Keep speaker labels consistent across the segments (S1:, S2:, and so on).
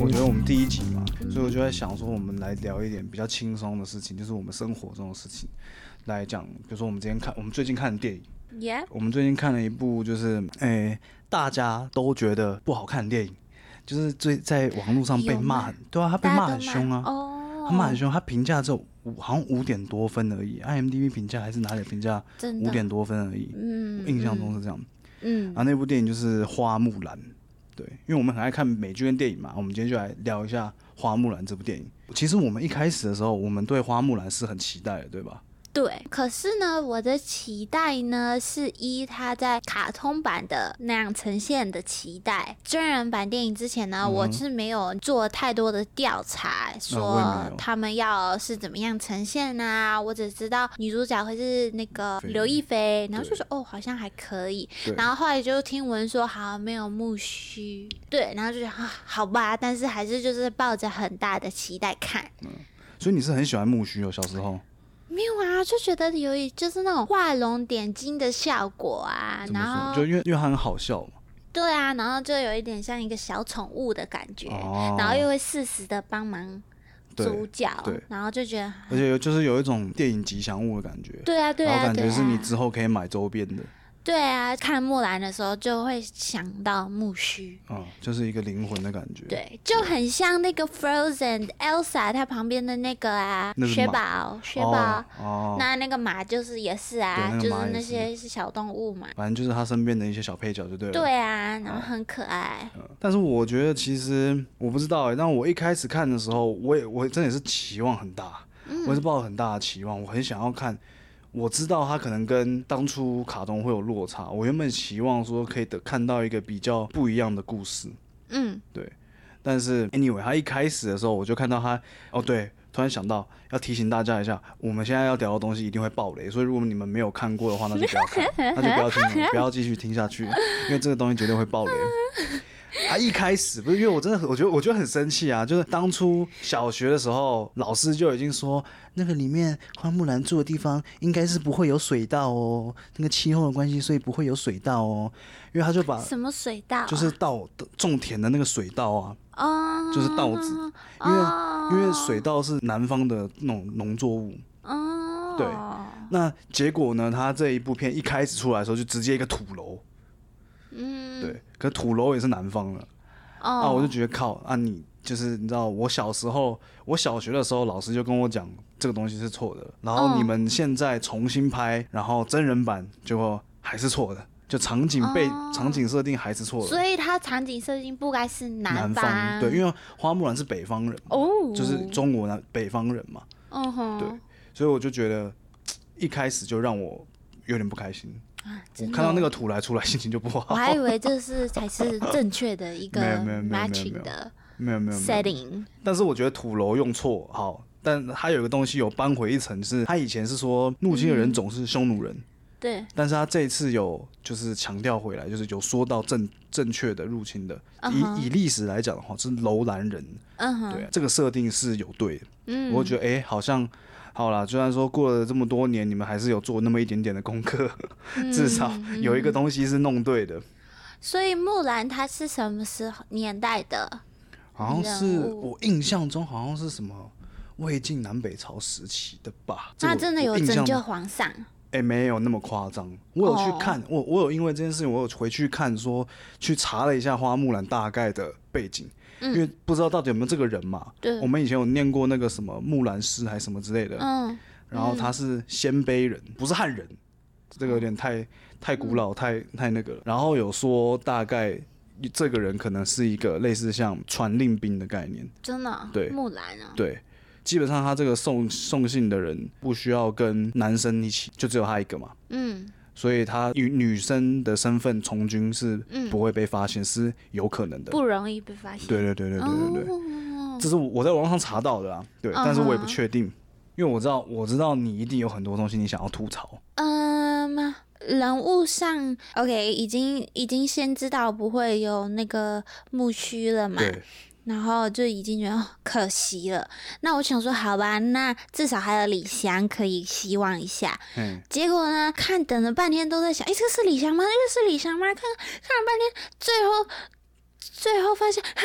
S1: 我觉得我们第一集嘛，所以我就在想说，我们来聊一点比较轻松的事情，就是我们生活中的事情来讲。比如说，我们之前看，我们最近看的电影，
S2: 耶、
S1: 我们最近看了一部，就是诶、大家都觉得不好看的电影，就是最在网络上被
S2: 有
S1: 骂
S2: 吗
S1: 很，对啊，他被
S2: 大家
S1: 骂
S2: 都
S1: 很凶啊，
S2: 哦，
S1: 他骂很凶，他评价只有五，好像五点多分而已，IMDB 评价还是哪里评价
S2: 真的
S1: 五点多分而已，
S2: 嗯，
S1: 印象中是这样。
S2: 嗯，
S1: 然啊后那部电影就是《花木兰》，对，因为我们很爱看美剧跟电影嘛，我们今天就来聊一下《花木兰》这部电影。其实我们一开始的时候，我们对《花木兰》是很期待的，对吧？
S2: 对。可是呢，我的期待呢是依它在卡通版的那样呈现的期待。真人版电影之前
S1: 嗯
S2: 呢，我是没有做太多的调查，
S1: 啊我也没
S2: 说
S1: 有
S2: 他们要是怎么样呈现啊。我只知道女主角会是那个
S1: 菲
S2: 刘亦菲，然后就
S1: 对
S2: 说哦，好像还可以。
S1: 对，
S2: 然后后来就听闻说好像没有木须，对，然后就想啊，好吧，但是还是就是抱着很大的期待看。
S1: 所以你是很喜欢木须哦，小时候
S2: 没有啊，就觉得有一就是那种画龙点睛的效果啊，
S1: 怎
S2: 然
S1: 么说？
S2: 后
S1: 就因为因为它很好笑嘛。
S2: 对啊，然后就有一点像一个小宠物的感觉，
S1: 哦
S2: 然后又会适时的帮忙主
S1: 对，
S2: 角
S1: 对，
S2: 然后就觉得
S1: 而且有就是有一种电影吉祥物的感觉，
S2: 对啊对
S1: 然后
S2: 啊
S1: 感
S2: 对
S1: 觉是你
S2: 啊，
S1: 之后可以买周边的，
S2: 对啊，看木兰的时候就会想到木须。
S1: 嗯，就是一个灵魂的感觉。，
S2: 对，就很像那个 Frozen Elsa 她旁边的那个啊，
S1: 那是
S2: 雪
S1: 马
S2: 宝，雪宝。
S1: 哦哦，
S2: 那那个马就是也是
S1: 对
S2: 啊，
S1: 那个
S2: 就
S1: 马
S2: 是那
S1: 也是
S2: 些是小动物嘛，
S1: 反正就是他身边的一些小配角就对了。哦嗯
S2: 对啊，然后很可爱，
S1: 但是我觉得其实我不知道哎、但我一开始看的时候，我也我真的也是期望很大，我也是抱很大的期望，我很想要看。我知道它可能跟当初卡通会有落差，我原本期望说可以得看到一个比较不一样的故事，
S2: 嗯，
S1: 但是 anyway，他一开始的时候我就看到他，哦对，突然想到要提醒大家一下，我们现在要聊的东西一定会爆雷，所以如果你们没有看过的话，那就不要看，那就不要听了，不要继续听下去，因为这个东西绝对会爆雷。他一开始不是因为我真的很，我觉得我觉得很生气啊！就是当初小学的时候，老师就已经说，那个里面花木兰住的地方应该是不会有水稻哦，那个气候的关系，所以不会有水稻哦，因为他就把
S2: 什么水稻啊，
S1: 就是稻种田的那个水稻啊，
S2: 哦，
S1: 就是稻子，因为、因为水稻是南方的那种农作物。
S2: 哦，
S1: 对那结果呢？他这一部片一开始出来的时候，就直接一个土楼，
S2: 嗯，
S1: 对，可土楼也是南方的、
S2: 哦，
S1: 啊，我就觉得靠啊你，就是你知道，我小时候，我小学的时候，老师就跟我讲这个东西是错的，然后
S2: 嗯
S1: 你们现在重新拍，然后真人版，结果还是错的，就场景被、
S2: 哦
S1: 场景设定还是错的，
S2: 所以它场景设定不该是
S1: 南
S2: 方，
S1: 对，因为花木兰是北方人嘛，
S2: 哦，
S1: 就是，中国南北方人嘛，
S2: 嗯哼，
S1: 对所以我就觉得一开始就让我有点不开心。
S2: 啊，
S1: 我
S2: 真的
S1: 看到那个
S2: 哦。
S1: 土来出来，心情就不
S2: 我
S1: 好。
S2: 还以为这是才是正确的一个
S1: 没有没有没有没有
S2: matching
S1: 没有
S2: 的
S1: 没有没有没有，
S2: setting，
S1: 但是我觉得土楼用错好，但他有一个东西有搬回一层，是他以前是说怒气的人总是匈奴人，
S2: 对，
S1: 但是他这一次有就是强调回来，就是有说到正正确的入侵的。
S2: 嗯哼
S1: 以以历史来讲的话，是楼兰人，
S2: 嗯哼，
S1: 对、啊，这个设定是有对的。
S2: 嗯，
S1: 我会觉得哎、诶好像好啦，虽然说过了这么多年，你们还是有做那么一点点的功课， 至少
S2: 嗯
S1: 有一个东西是弄对的。
S2: 所以木兰她是什么时候年代的？
S1: 好像是
S2: 人物
S1: 我印象中好像是什么魏晋南北朝时期的吧？这
S2: 那
S1: 我
S2: 啊真的
S1: 我
S2: 有
S1: 印
S2: 拯
S1: 象
S2: 救
S1: 中？
S2: 皇上？
S1: 哎、没有那么夸张。我有去
S2: 哦
S1: 看，我我有因为这件事情，我有回去看说去查了一下花木兰大概的背景。因为不知道到底有没有这个人嘛？
S2: 嗯对
S1: 我们以前有念过那个什么木兰诗还是什么之类的，
S2: 嗯，
S1: 然后他是鲜卑人，不是汉人，这个有点太
S2: 哦
S1: 太古
S2: 嗯
S1: 老、太太那个了。然后有说大概这个人可能是一个类似像传令兵的概念，
S2: 真的哦，
S1: 对
S2: 木兰啊，
S1: 对。基本上他这个送送信的人不需要跟男生一起，就只有他一个嘛，
S2: 嗯，
S1: 所以他以女生的身份从军是
S2: 嗯
S1: 不会被发现，是有可能的。
S2: 不容易被发现。
S1: 对对对对对对对。
S2: 哦，
S1: 这是我在网上查到的啊，对，但是我也不确
S2: 嗯
S1: 定，因为我知道我知道你一定有很多东西你想要吐槽，
S2: 嗯，人物上，OK，已经已经先知道不会有那个木须了嘛，
S1: 对，
S2: 然后就已经觉得、哦、可惜了。那我想说，好吧，那至少还有李翔可以希望一下。
S1: 嘿，
S2: 结果呢，看等了半天都在想，哎诶，这个是李翔吗？那个是李翔吗？看看了半天，最后最后发现啊，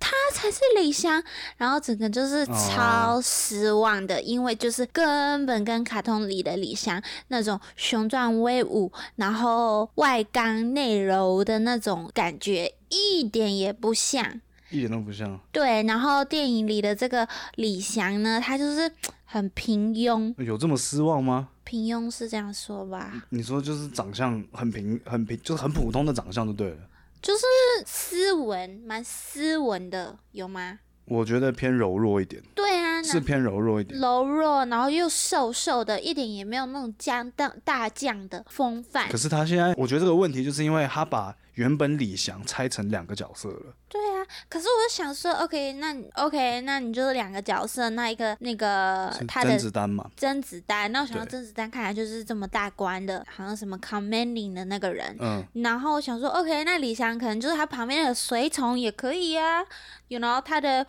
S2: 他才是李翔，然后整个就是超失望的，因为就是根本跟卡通里的李翔那种雄壮威武，然后外刚内柔的那种感觉一点也不像。
S1: 一点都不像，
S2: 对，然后电影里的这个李翔呢，他就是很平庸，
S1: 有这么失望吗？
S2: 平庸是这样说吧，
S1: 你说就是长相很平很平，就是很普通的长相就对了。
S2: 就是斯文，蛮斯文的，有吗？
S1: 我觉得偏柔弱一点，
S2: 对啊，
S1: 是
S2: 然
S1: 偏柔弱一点。
S2: 柔弱，然后又瘦瘦的，一点也没有那种将大大将的风范
S1: 可。是他现在，我觉得这个问题就是因为他把原本李翔拆成两个角色了。
S2: 对啊，可是我就想说，OK，那你 OK，那你就是两个角色，那一个那个
S1: 是
S2: 呃他
S1: 甄
S2: 的
S1: 子丹嘛，
S2: 甄子丹，那我想到
S1: 对
S2: 甄子丹看来就是这么大官的，好像什么 commanding 的那个人。
S1: 嗯，
S2: 然后我想说，OK，那李翔可能就是他旁边的随从也可以啊，you know 他的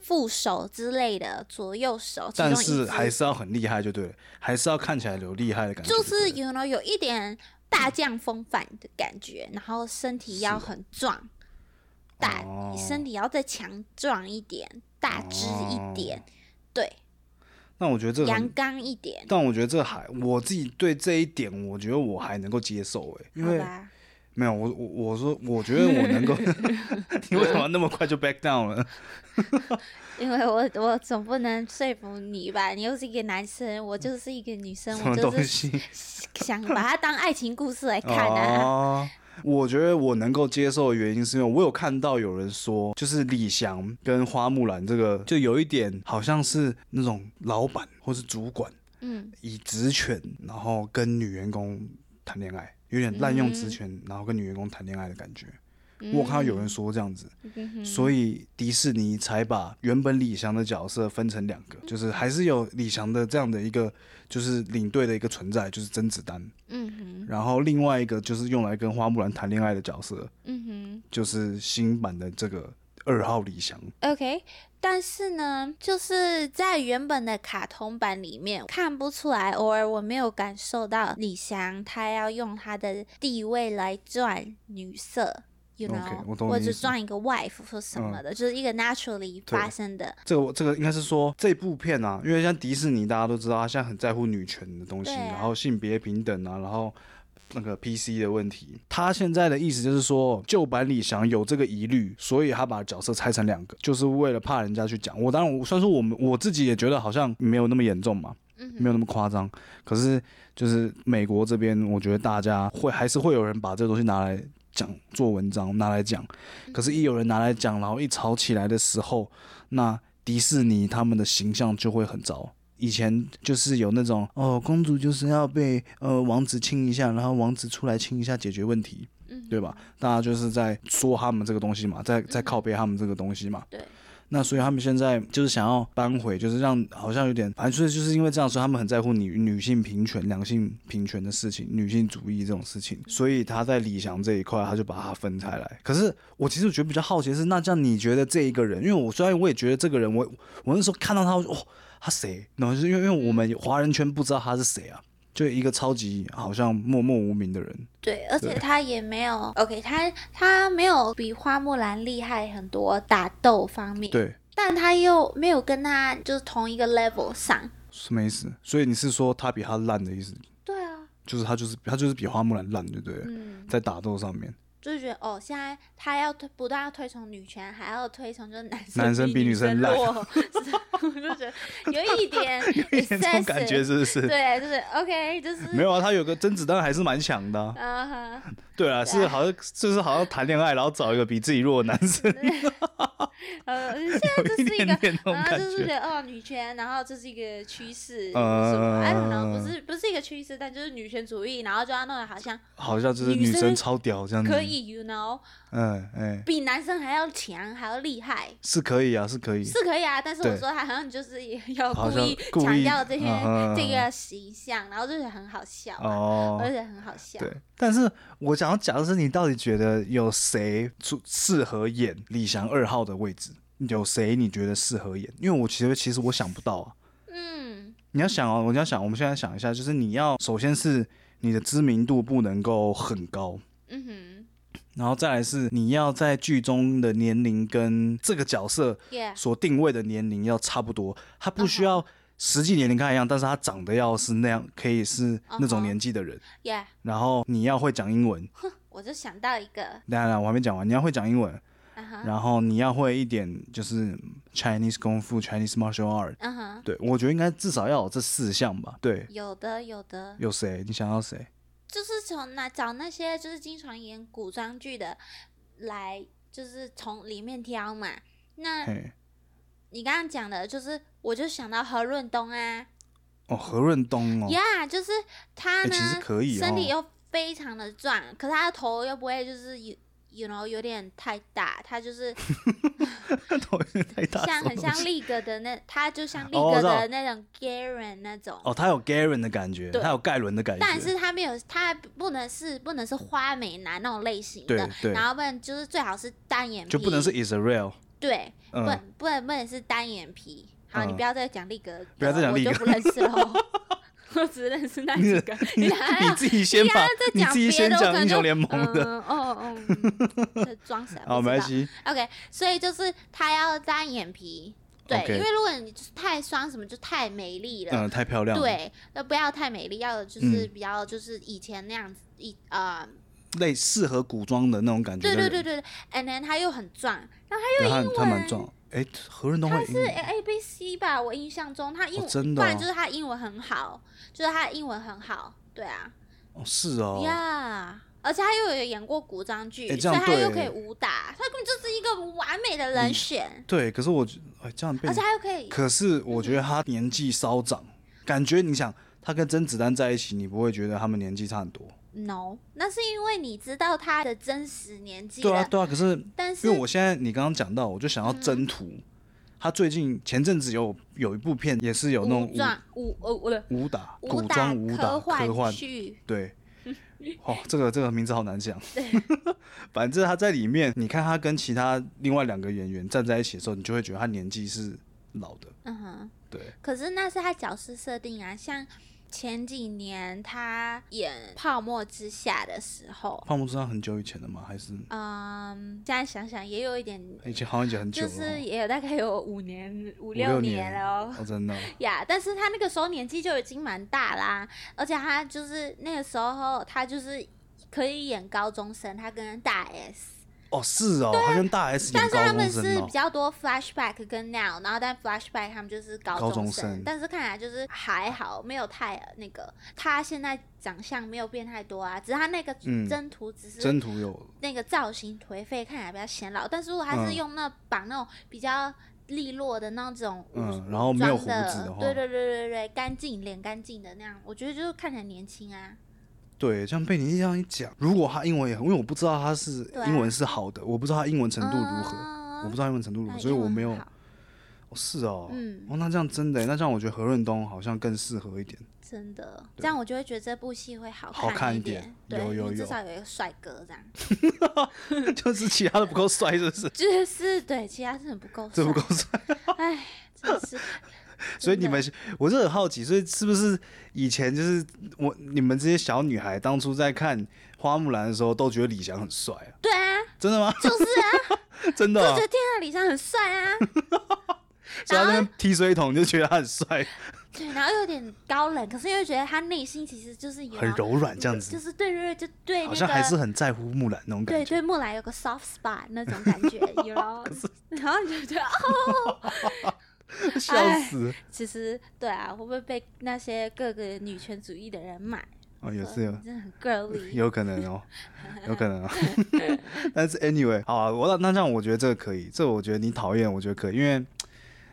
S2: 副手之类的，左右手，其
S1: 但
S2: 中一
S1: 是
S2: 只
S1: 还是要很厉害就对了，还是要看起来有厉害的感觉
S2: 就
S1: 对了。
S2: 是 you know 有一点大将风范的感觉，然后身体要很壮，大、
S1: 哦
S2: 身体要再强壮一点，大只一点，对，
S1: 那我觉哦得这个很
S2: 阳刚一点，
S1: 但我觉得这还我自己对这一点，我觉得我还能够接受诶、因
S2: 好
S1: 为
S2: 吧？
S1: 没有我我我说我觉得我能 够，你为什么那么快就 back down 了？
S2: 因为我我总不能说服你吧，你又是一个男生，我就是一个女生，
S1: 什
S2: 嗯我
S1: 么
S2: 就
S1: 东
S2: 是
S1: 西？
S2: 想把它当爱情故事来看啊。
S1: 哦我觉得我能够接受的原因，是因为我有看到有人说，就是李翔跟花木兰这个，就有一点好像是那种老板或是主管
S2: 嗯，
S1: 以职权，然后跟女员工谈恋爱，有点滥用
S2: 嗯
S1: 职权，然后跟女员工谈恋爱的感觉。我有看到有人说这样子，
S2: 嗯
S1: 所以迪士尼才把原本李翔的角色分成两个，就是还是有李翔的这样的一个就是领队的一个存在，就是甄子丹，
S2: 嗯哼，
S1: 然后另外一个就是用来跟花木兰谈恋爱的角色，
S2: 嗯
S1: 就是新版的这个二号李翔。
S2: 哼，OK。但是呢，就是在原本的卡通版里面看不出来，偶尔我没有感受到李翔他要用他的地位来赚女色。You know，
S1: OK，我懂你
S2: 或
S1: 意
S2: 者
S1: 思嗯
S2: 赚一个 wife 或什么的，就是一个 naturally
S1: 对
S2: 发生的。
S1: 这个我这个应该是说这部片啊，因为像迪士尼大家都知道，他现在很在乎女权的东西，
S2: 对啊
S1: 然后性别平等啊，然后那个 PC 的问题。他现在的意思就是说，旧版李翔有这个疑虑，所以他把角色拆成两个，就是为了怕人家去讲。我当然我虽然说我们我自己也觉得好像没有那么严重嘛，
S2: 嗯
S1: 没有那么夸张，可是就是美国这边，我觉得大家会还是会有人把这个东西拿来。讲做文章拿来讲，
S2: 嗯
S1: 可是，一有人拿来讲，然后一吵起来的时候，那迪士尼他们的形象就会很糟。以前就是有那种哦，公主就是要被呃王子亲一下，然后王子出来亲一下解决问题，
S2: 嗯，
S1: 对吧？大家就是在说他们这个东西嘛，在在靠背他们这个东西嘛。
S2: 对，
S1: 那所以他们现在就是想要扳回，就是让好像有点，反正就是就是因为这样，所以他们很在乎女女性平权、两性平权的事情、女性主义这种事情。所以他在李翔这一块，他就把它分开来。可是我其实觉得比较好奇的是，那这样你觉得这一个人，因为我虽然我也觉得这个人，我我那时候看到他，我就哦，他谁？然后就是因为因为我们华人圈不知道他是谁啊，就一个超级好像默默无名的人。
S2: 对，而且他也没有 OK，他他没有比花木兰厉害很多打斗方面，
S1: 对，
S2: 但他又没有跟他就是同一个 level 上。
S1: 什么意思？所以你是说他比他烂的意思？
S2: 对啊，
S1: 就是他就是他就是比花木兰烂，对不对了？
S2: 嗯，
S1: 在打斗上 面，
S2: 就是觉得哦，现在他要推不但要推崇女权，还要推崇就是男
S1: 男生
S2: 生
S1: 比
S2: 女
S1: 女生烂
S2: 弱， 是我就觉得有一点
S1: 这种
S2: excessive，
S1: 感觉是不是？
S2: 对，就是 OK，就是
S1: 没有啊，他有个甄子丹还是蛮强的啊、
S2: 啊哈。
S1: 对啊，是好像就是好像谈恋爱，然后找一个比自己弱的男 生，
S2: 呃，现在这
S1: 一
S2: 是一
S1: 点
S2: 个，
S1: 点那种
S2: 然后
S1: 感
S2: 就是
S1: 觉
S2: 觉得哦，女权，然后这是一个趋势，什
S1: 呃
S2: 么哎，然后不是不是一个趋势，但就是女权主义，然后就要弄得好像
S1: 好像就是
S2: 女
S1: 女
S2: 生
S1: 生超屌这样子。
S2: 可，以，you know，
S1: 嗯哎，
S2: 比男生还要强，还要厉害。
S1: 是可以啊，是可以。
S2: 是可以啊，但是
S1: 对
S2: 我说他好像就是也 要
S1: 好
S2: 故
S1: 像
S2: 意
S1: 故意
S2: 强调这些
S1: 嗯嗯嗯
S2: 这个形象，然后就是很好笑啊，
S1: 哦，
S2: 而且很好笑。
S1: 对，但是我想要讲的是，你到底觉得有谁出适合演李翔二号的位置？有谁你觉得适合演？因为我其实其实我想不到啊。
S2: 嗯，
S1: 你要想哦，我要想，我们现在想一下，就是你要首先是你的知名度不能够很高，
S2: 嗯哼
S1: 然后再来是你要在剧中的年龄跟这个角色
S2: ，Yeah，
S1: 所定位的年龄要差不多，他不需
S2: 嗯
S1: 要实际年龄跟他一样，但是他长得要是那样，可以是那
S2: 嗯
S1: 种
S2: 哼
S1: 年纪的人。
S2: Yeah，
S1: 然后你要会讲英文，
S2: 我就想到一个，
S1: 当然我还没讲完，你要会讲英文，
S2: 啊哈，
S1: 然后你要会一点就是 Chinese 功夫、Chinese martial art。
S2: 嗯哼，
S1: 对，我觉得应该至少要有这四项吧。对，
S2: 有的有的，
S1: 有谁？你想要谁？
S2: 就是从那找那些就是经常演古装剧的来，就是从里面挑嘛。那
S1: 嘿，
S2: 你刚刚讲的，就是我就想到何润东啊，
S1: 哦，何润东哦，
S2: 呀、就是他
S1: 欸
S2: 呢，
S1: 其实可以
S2: 身体
S1: 哦
S2: 又非常的壮，可是他的头又不会就是有。you know 有点太大，他就是
S1: 头有点太 大，
S2: 像
S1: 什么
S2: 很像
S1: 东西
S2: 力哥的那，他就像力
S1: 哦我
S2: 哥
S1: 知道
S2: 的那种 Garen 那种，
S1: 哦，他有 Garen 的感觉，
S2: 对
S1: 他有盖伦的感觉，
S2: 但是他没有，他不能是不能是花美男那种类型的
S1: 对，对
S2: 然后不然就是最好是单眼皮，
S1: 就不能是 Israel，
S2: 对，不
S1: 嗯，
S2: 不能不能是单眼皮。好，你
S1: 嗯
S2: 不要再讲力哥，
S1: 不要再讲力
S2: 我就不认识了， 我只认识那
S1: 你
S2: 几个。
S1: 你
S2: 还要
S1: 你自己先
S2: 还
S1: 把
S2: 要再
S1: 你
S2: 啊讲
S1: 自己
S2: 别
S1: 先
S2: 的，我可
S1: 讲
S2: 能
S1: 英
S2: 就
S1: 雄联盟的，
S2: 嗯哦哦， 嗯这装傻。
S1: 好，
S2: 不
S1: 没关
S2: 知道。
S1: 系，
S2: OK，所以就是他要单眼皮，对
S1: OK
S2: 因为如果你就是太双什么，就太美丽了。
S1: 嗯，太漂亮了，
S2: 对，那不要太美丽，要就是
S1: 嗯
S2: 比较就是以前那样子，以呃，
S1: 类适合古装的那种感觉
S2: 对
S1: 的
S2: 对
S1: 人，
S2: 对对对，and then 他又很壮，然后
S1: 对，他他蛮壮，哎，何润东会英
S2: 他是
S1: 文
S2: A B C 吧，我印象中他英文，
S1: 哦真的
S2: 不然
S1: 哦
S2: 就是他英文很好，就是他英文很好，对啊，
S1: 哦，是哦，
S2: 呀、而且他又有演过古装剧，
S1: 诶这
S2: 所以
S1: 样
S2: 他又
S1: 对
S2: 可以武打，他根本就是一个完美的人选，
S1: 对，可是我觉哎这样被
S2: 而
S1: 你
S2: 且他又可以，
S1: 可是我觉得他年纪稍长，感觉你想他跟甄子丹在一起，你不会觉得他们年纪差很多。
S2: no，那是因为你知道他的真实年纪
S1: 对
S2: 了，
S1: 啊，对啊。可是
S2: 但是嗯
S1: 因为我现在你刚刚讲到，我就想要征途。他最近前阵子有有一部片，也是有那种
S2: 武装武呃我的
S1: 武武打、
S2: 武
S1: 古装武打、
S2: 科
S1: 科
S2: 幻
S1: 幻，
S2: 剧，
S1: 对。哦，这个这个名字好难讲。 反正他在里面，你看他跟其他另外两个演员站在一起的时候，你就会觉得他年纪是老的。
S2: 嗯哼。
S1: 对，
S2: 可是那是他角色设定啊，像前几年他演《泡沫之夏》的时候，
S1: 胖木知道很久以前的吗？还是
S2: 嗯，现在想想也有一点，
S1: 以前好像已经很久
S2: 就
S1: 了哦。
S2: 是也有大概有五年、五
S1: 五
S2: 六
S1: 年
S2: 了哦。
S1: 哦，真的哦，
S2: 呀但是他那个时候年纪就已经蛮大啦，而且他就是那个时候他就是可以演高中生，他跟大 S。
S1: 哦是哦，他跟大 S
S2: 啊但
S1: 演
S2: 是
S1: 高
S2: 他们
S1: 中
S2: 是
S1: 生
S2: 比
S1: 哦，
S2: 较多 flashback 跟 now，然后但 flashback 他们就是高
S1: 高
S2: 中
S1: 中
S2: 生，
S1: 生
S2: 但是看起来就是还好，没有太那个。他现在长相没有变太多啊，只是他那个
S1: 嗯
S2: 征途只是
S1: 征途有
S2: 那个造型颓废，看起来比较显老。但是如果他是
S1: 嗯
S2: 用那绑那种比较利落的那种武
S1: 嗯然后没有
S2: 装
S1: 胡
S2: 的
S1: 子的话
S2: 对对对对对，干净脸干净的那样，我觉得就是看起来年轻啊。
S1: 对，这样被你这样一讲，如果他英文也很，因为我不知道他是
S2: 对啊
S1: 英文是好的，我不知道他英文程度如何，
S2: 嗯
S1: 我不知道英文程度如
S2: 他
S1: 何，所以
S2: 英
S1: 我
S2: 文
S1: 没有
S2: 很。好
S1: 哦是哦，
S2: 嗯
S1: 哦那这样真的耶，那这样我觉得何润东好像更适合 一点。
S2: 真的，这样我就会觉得这部戏会好
S1: 好
S2: 看
S1: 看
S2: 一
S1: 一
S2: 点
S1: 点。
S2: 对，
S1: 有有
S2: 因为至
S1: 有
S2: 少有一个帅哥这样。
S1: 就是其他的不够帅，是不是？
S2: 就是对，其他真的不够帅
S1: 这不够，帅，
S2: 哎，真的是。
S1: 所以
S2: 真
S1: 你
S2: 的
S1: 们，我是很好奇，所以是不是以前就是我你们这些小女孩当初在看花木兰的时候，都觉得李翔很帅啊？
S2: 对啊，
S1: 真的吗？
S2: 就是 啊，
S1: 真的
S2: 就
S1: 哦、
S2: 觉得天啊，李湘很帅啊，
S1: 所以他在
S2: 然后
S1: 那边踢水桶，你就觉得他很帅，
S2: 对，然后又有点高冷，可是又觉得他内心其实就是有
S1: 很柔软这样
S2: 就
S1: 子，
S2: 是对对对，就对
S1: 好
S2: 那
S1: 像还是
S2: 个。
S1: 很在乎木兰那种
S2: 对
S1: 感觉。
S2: 对，木兰有个 soft spot 那种感觉 ，you know，然后你就觉得哦，
S1: 笑死！
S2: 其实对啊，会不会被那些各个女权主义的人骂？
S1: 哦，也是有
S2: 你真的很 girly，
S1: 有可能哦，有可能哦。但是 anyway，好啊，我那这样我觉得这个可以，这我觉得你讨厌，我觉得可以，因为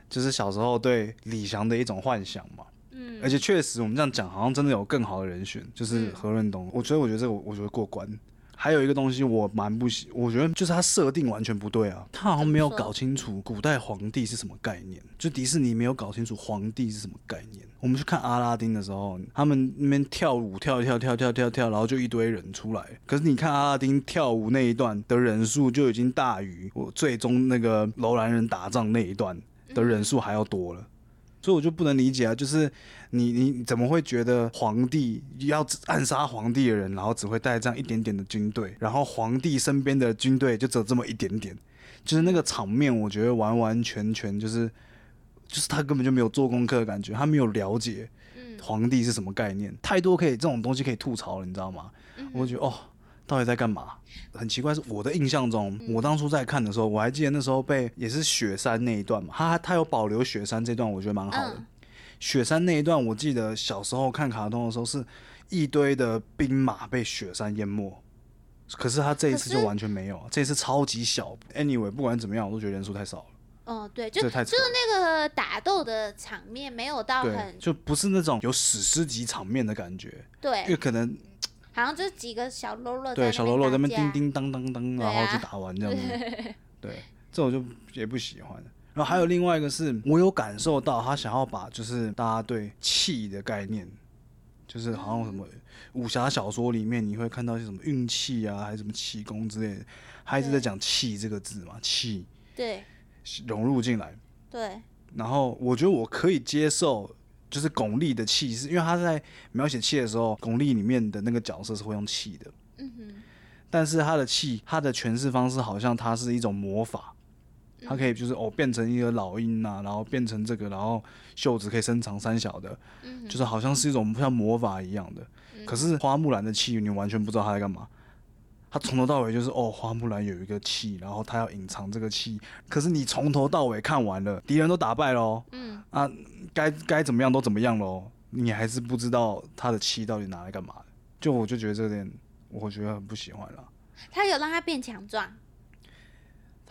S1: 就是小时候对李翔的一种幻想嘛。
S2: 嗯，
S1: 而且确实，我们这样讲好像真的有更好的人选，就是
S2: 嗯
S1: 何润东。我觉得，我觉得这个我我觉得过关，还有一个东西我蛮不喜，我觉得就是它设定完全不对啊，它好像没有搞清楚古代皇帝是什么概念，就迪士尼没有搞清楚皇帝是什么概念。我们去看阿拉丁的时候，他们那边跳舞跳一跳跳跳跳跳，然后就一堆人出来，可是你看阿拉丁跳舞那一段的人数就已经大于我最终那个楼兰人打仗那一段的人数还要多了。所以我就不能理解啊，就是你你怎么会觉得皇帝要暗杀皇帝的人，然后只会带这样一点点的军队，然后皇帝身边的军队就只有这么一点点，就是那个场面，我觉得完完全全就是就是他根本就没有做功课的感觉，他没有了解皇帝是什么概念，太多可以这种东西可以吐槽了，你知道吗？我就觉得哦。到底在干嘛？很奇怪，是我的印象中，我当初在看的时候，我还记得那时候被也是雪山那一段嘛，他他有保留雪山这段，我觉得蛮好的。
S2: 嗯
S1: 雪山那一段，我记得小时候看卡通的时候，是一堆的兵马被雪山淹没，可是他这一次
S2: 可
S1: 就是完全没有，啊这一次超级小。Anyway，不管怎么样，我都觉得人数太少了，
S2: 哦，对，就
S1: 这太
S2: 就
S1: 扯了。
S2: 那个打斗的场面没有到
S1: 对，
S2: 很
S1: 就不是那种有史诗级场面的感觉，
S2: 对
S1: 因为可能
S2: 好像就是几个小喽啰在
S1: 对
S2: 那
S1: 小喽啰在那
S2: 边
S1: 边叮
S2: 打架，
S1: 叮当当当，
S2: 对
S1: 然后
S2: 啊
S1: 就打完这样子。 对，这我就也不喜欢。然后还有另外一个是，我有感受到他想要把就是大家对气的概念，就是好像什么
S2: 嗯
S1: 武侠小说里面你会看到一些什么运气啊，还是什么气功之类的，他一直在
S2: 对
S1: 讲气这个字嘛，气
S2: 对
S1: 融入进来。
S2: 对，
S1: 然后我觉得我可以接受，就是巩俐的气，是因为他在描写气的时候，巩俐里面的那个角色是会用气的，
S2: 嗯哼，
S1: 但是他的气，他的诠释方式好像它是一种魔法，它可以就是哦变成一个老鹰啊，然后变成这个，然后袖子可以伸长三小的，
S2: 嗯哼
S1: 就是好像是一种像魔法一样的。可是花木兰的气，你完全不知道她在干嘛。她从头到尾就是哦，花木兰有一个气，然后她要隐藏这个气。可是你从头到尾看完了，敌人都打败喽，
S2: 嗯
S1: 啊，该该怎么样都怎么样喽，你还是不知道她的气到底拿来干嘛的。就我就觉得这点，我觉得很不喜欢了。
S2: 他有让他变强壮，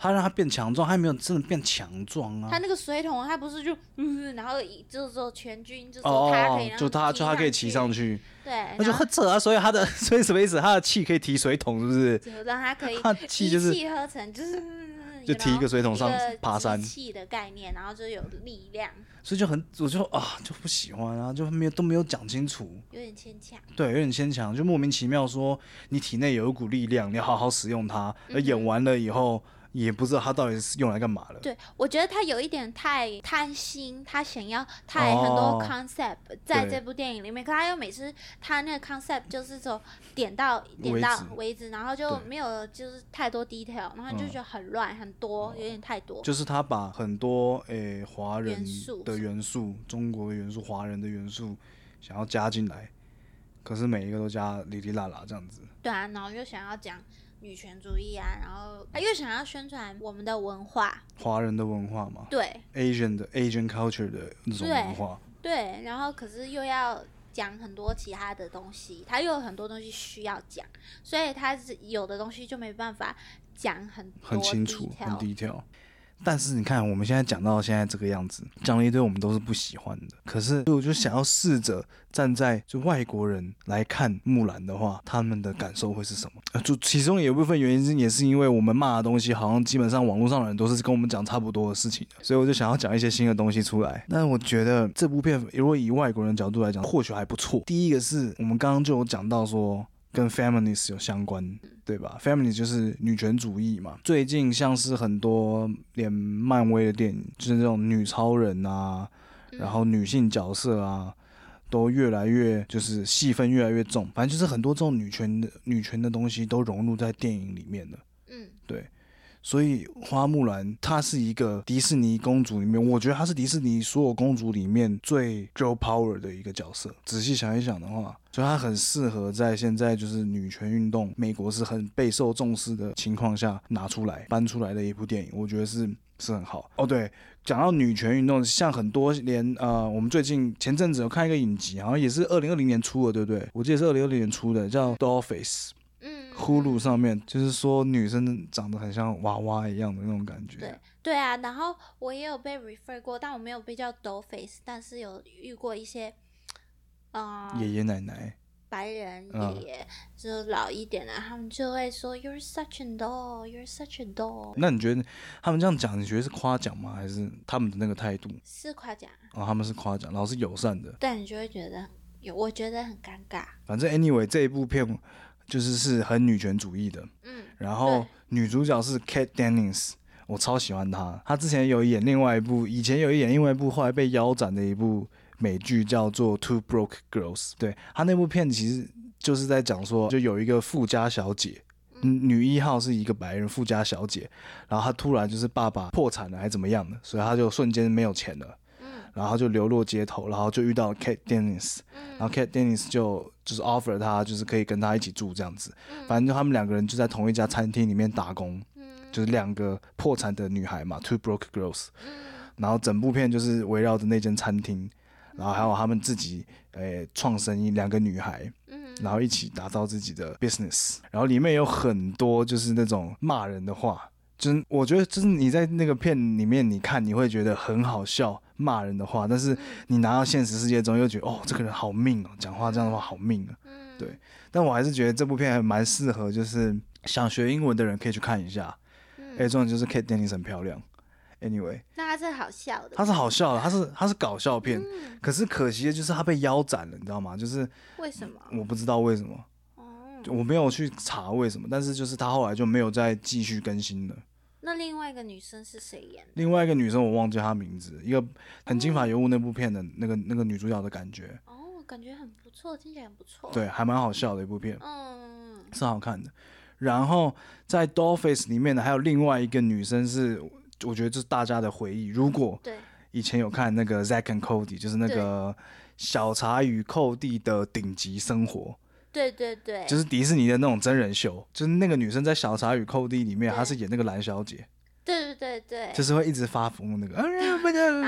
S1: 他让他变强壮，他没有真的变强壮啊
S2: 他。那个水桶他不是就嗯，然后一就是说全军就
S1: 哦
S2: 说他可以
S1: 哦，
S2: 让
S1: 就他就他可以骑上
S2: 去，
S1: 去，
S2: 对，
S1: 那就
S2: 然后
S1: 很扯啊！所以他的 所以什么意思？他的气可以提水桶，是不是？
S2: 就让他可以
S1: 他气就是
S2: 一气呵成，就是嗯
S1: 就提一个水桶上
S2: 一个
S1: 爬山
S2: 机器的概念，然后就有力量，
S1: 所以就很我就啊就不喜欢啊，就没有都没有讲清楚，
S2: 有点牵强。
S1: 对，有点牵强，就莫名其妙说你体内有一股力量，你要好好使用它。而演完了以后，也不知道它到底是用来干嘛的。
S2: 对，我觉得他有一点太贪心，他想要太很
S1: 哦
S2: 多 concept 在
S1: 对
S2: 这部电影里面，可他又每次他那个 concept 就是从点到
S1: 为
S2: 点到
S1: 止
S2: 为止，然后就
S1: 对
S2: 没有就是太多 detail，然后就
S1: 嗯
S2: 觉得很乱、很多，有点太多。
S1: 哦就是他把很多诶华、人
S2: 元素
S1: 的元素、中国的元素、华人的元素想要加进来，可是每一个都加哩哩啦啦这样子。
S2: 对啊，然后又想要讲女权主义啊，然后啊又想要宣传我们的文化，
S1: 华人的文化嘛
S2: 对
S1: ，Asian 的 Asian culture 的那种
S2: 对
S1: 文化，
S2: 对，然后可是又要讲很多其他的东西，他又有很多东西需要讲，所以他是有的东西就没办法讲很多
S1: 很清楚，
S2: detail
S1: 很低调。但是你看，我们现在讲到现在这个样子，讲了一堆我们都是不喜欢的。可是我就想要试着站在就外国人来看木兰的话，他们的感受会是什么？呃就其中有一部分原因是也是因为我们骂的东西，好像基本上网络上的人都是跟我们讲差不多的事情的，所以我就想要讲一些新的东西出来。那我觉得这部片如果以外国人角度来讲，或许还不错。第一个是我们刚刚就有讲到说。跟 feminist 有相关，对吧？feminist 就是女权主义嘛。最近像是很多连漫威的电影，就是那种女超人啊，然后女性角色啊，都越来越就是戏份越来越重。反正就是很多这种女权的女权的东西都融入在电影里面了。
S2: 嗯
S1: 对，所以花木兰她是一个迪士尼公主里面，我觉得她是迪士尼所有公主里面最 girl power 的一个角色。仔细想一想的话，所以她很适合在现在就是女权运动美国是很备受重视的情况下拿出来搬出来的一部电影，我觉得是。是很好哦，对，讲到女权运动，像很多连呃，我们最近前阵子有看一个影集，好像也是二零二零年出的，对不对？我记得是二零二零年出的，叫《Dollface》。
S2: 嗯，
S1: 呼噜上面，就是说女生长得很像娃娃一样的那种感觉。
S2: 对对啊，然后我也有被 refer 过，但我没有被叫 doll face，但是有遇过一些，嗯、
S1: 爷爷奶奶，
S2: 白人
S1: 嗯
S2: 爷爷，就是老一点的，啊他们就会说 You're such a doll, You're such a doll，
S1: 那你觉得他们这样讲，你觉得是夸奖吗？还是他们的那个态度？
S2: 是夸奖，啊
S1: 哦，他们是夸奖，然后是友善的。
S2: 但你就会觉得很有，我觉得很尴尬。
S1: 反正 anyway 这一部片就是是很女权主义的，
S2: 嗯，
S1: 然后
S2: 对
S1: 女主角是 Kate Dennings，我超喜欢她。她之前有演另外一部，以前有演另外一部，后来被腰斩的一部美剧叫做《Two Broke Girls》。对她那部片其实就是在讲说，就有一个富家小姐。嗯女一号是一个白人富家小姐，然后她突然就是爸爸破产了还怎么样的，所以她就瞬间没有钱了，然后她就流落街头，然后就遇到 Kate Dennis，然后 Kate Dennis 就就是 offer 她就是可以跟她一起住这样子，反正就他们两个人就在同一家餐厅里面打工，就是两个破产的女孩嘛，two broke girls，然后整部片就是围绕着那间餐厅，然后还有他们自己诶创生意两个女孩，然后一起打造自己的 business，然后里面有很多就是那种骂人的话。就是我觉得，就是你在那个片里面，你看你会觉得很好笑，骂人的话，但是你拿到现实世界中又觉得，哦，这个人好命哦，讲话这样的话好命啊。对，但我还是觉得这部片还蛮适合，就是想学英文的人可以去看一下。哎、重点就是 Kate Dennis 很漂亮。Anyway，
S2: 那它是好笑的，
S1: 它是好笑的，它是它是搞笑片，可是可惜的就是它被腰斩了，你知道吗？就是
S2: 为什么？
S1: 我不知道为什么，
S2: 哦，
S1: 就我没有去查为什么，但是就是它后来就没有再继续更新了。
S2: 那另外一个女生是谁演的？
S1: 另外一个女生我忘记她名字，一个很《金发尤物》那部片的那个那个女主角的感觉，
S2: 哦，感觉很不错，听起来很不错。，
S1: 对，还蛮好笑的一部片。
S2: 嗯，
S1: 是好看的。然后在《Dollface》里面呢，还有另外一个女生是，我觉得这是大家的回忆。如果
S2: 对，
S1: 以前有看那
S2: 嗯
S1: 个《Zack and Cody》，就是那个小茶与寇弟的顶级生活，
S2: 对对对，
S1: 就是迪士尼的那种真人秀。就是那个女生在《小茶与寇弟》里面，
S2: 对
S1: 她是演那个蓝小姐，
S2: 对对对对，
S1: 就是会一直发疯那个，哎
S2: 然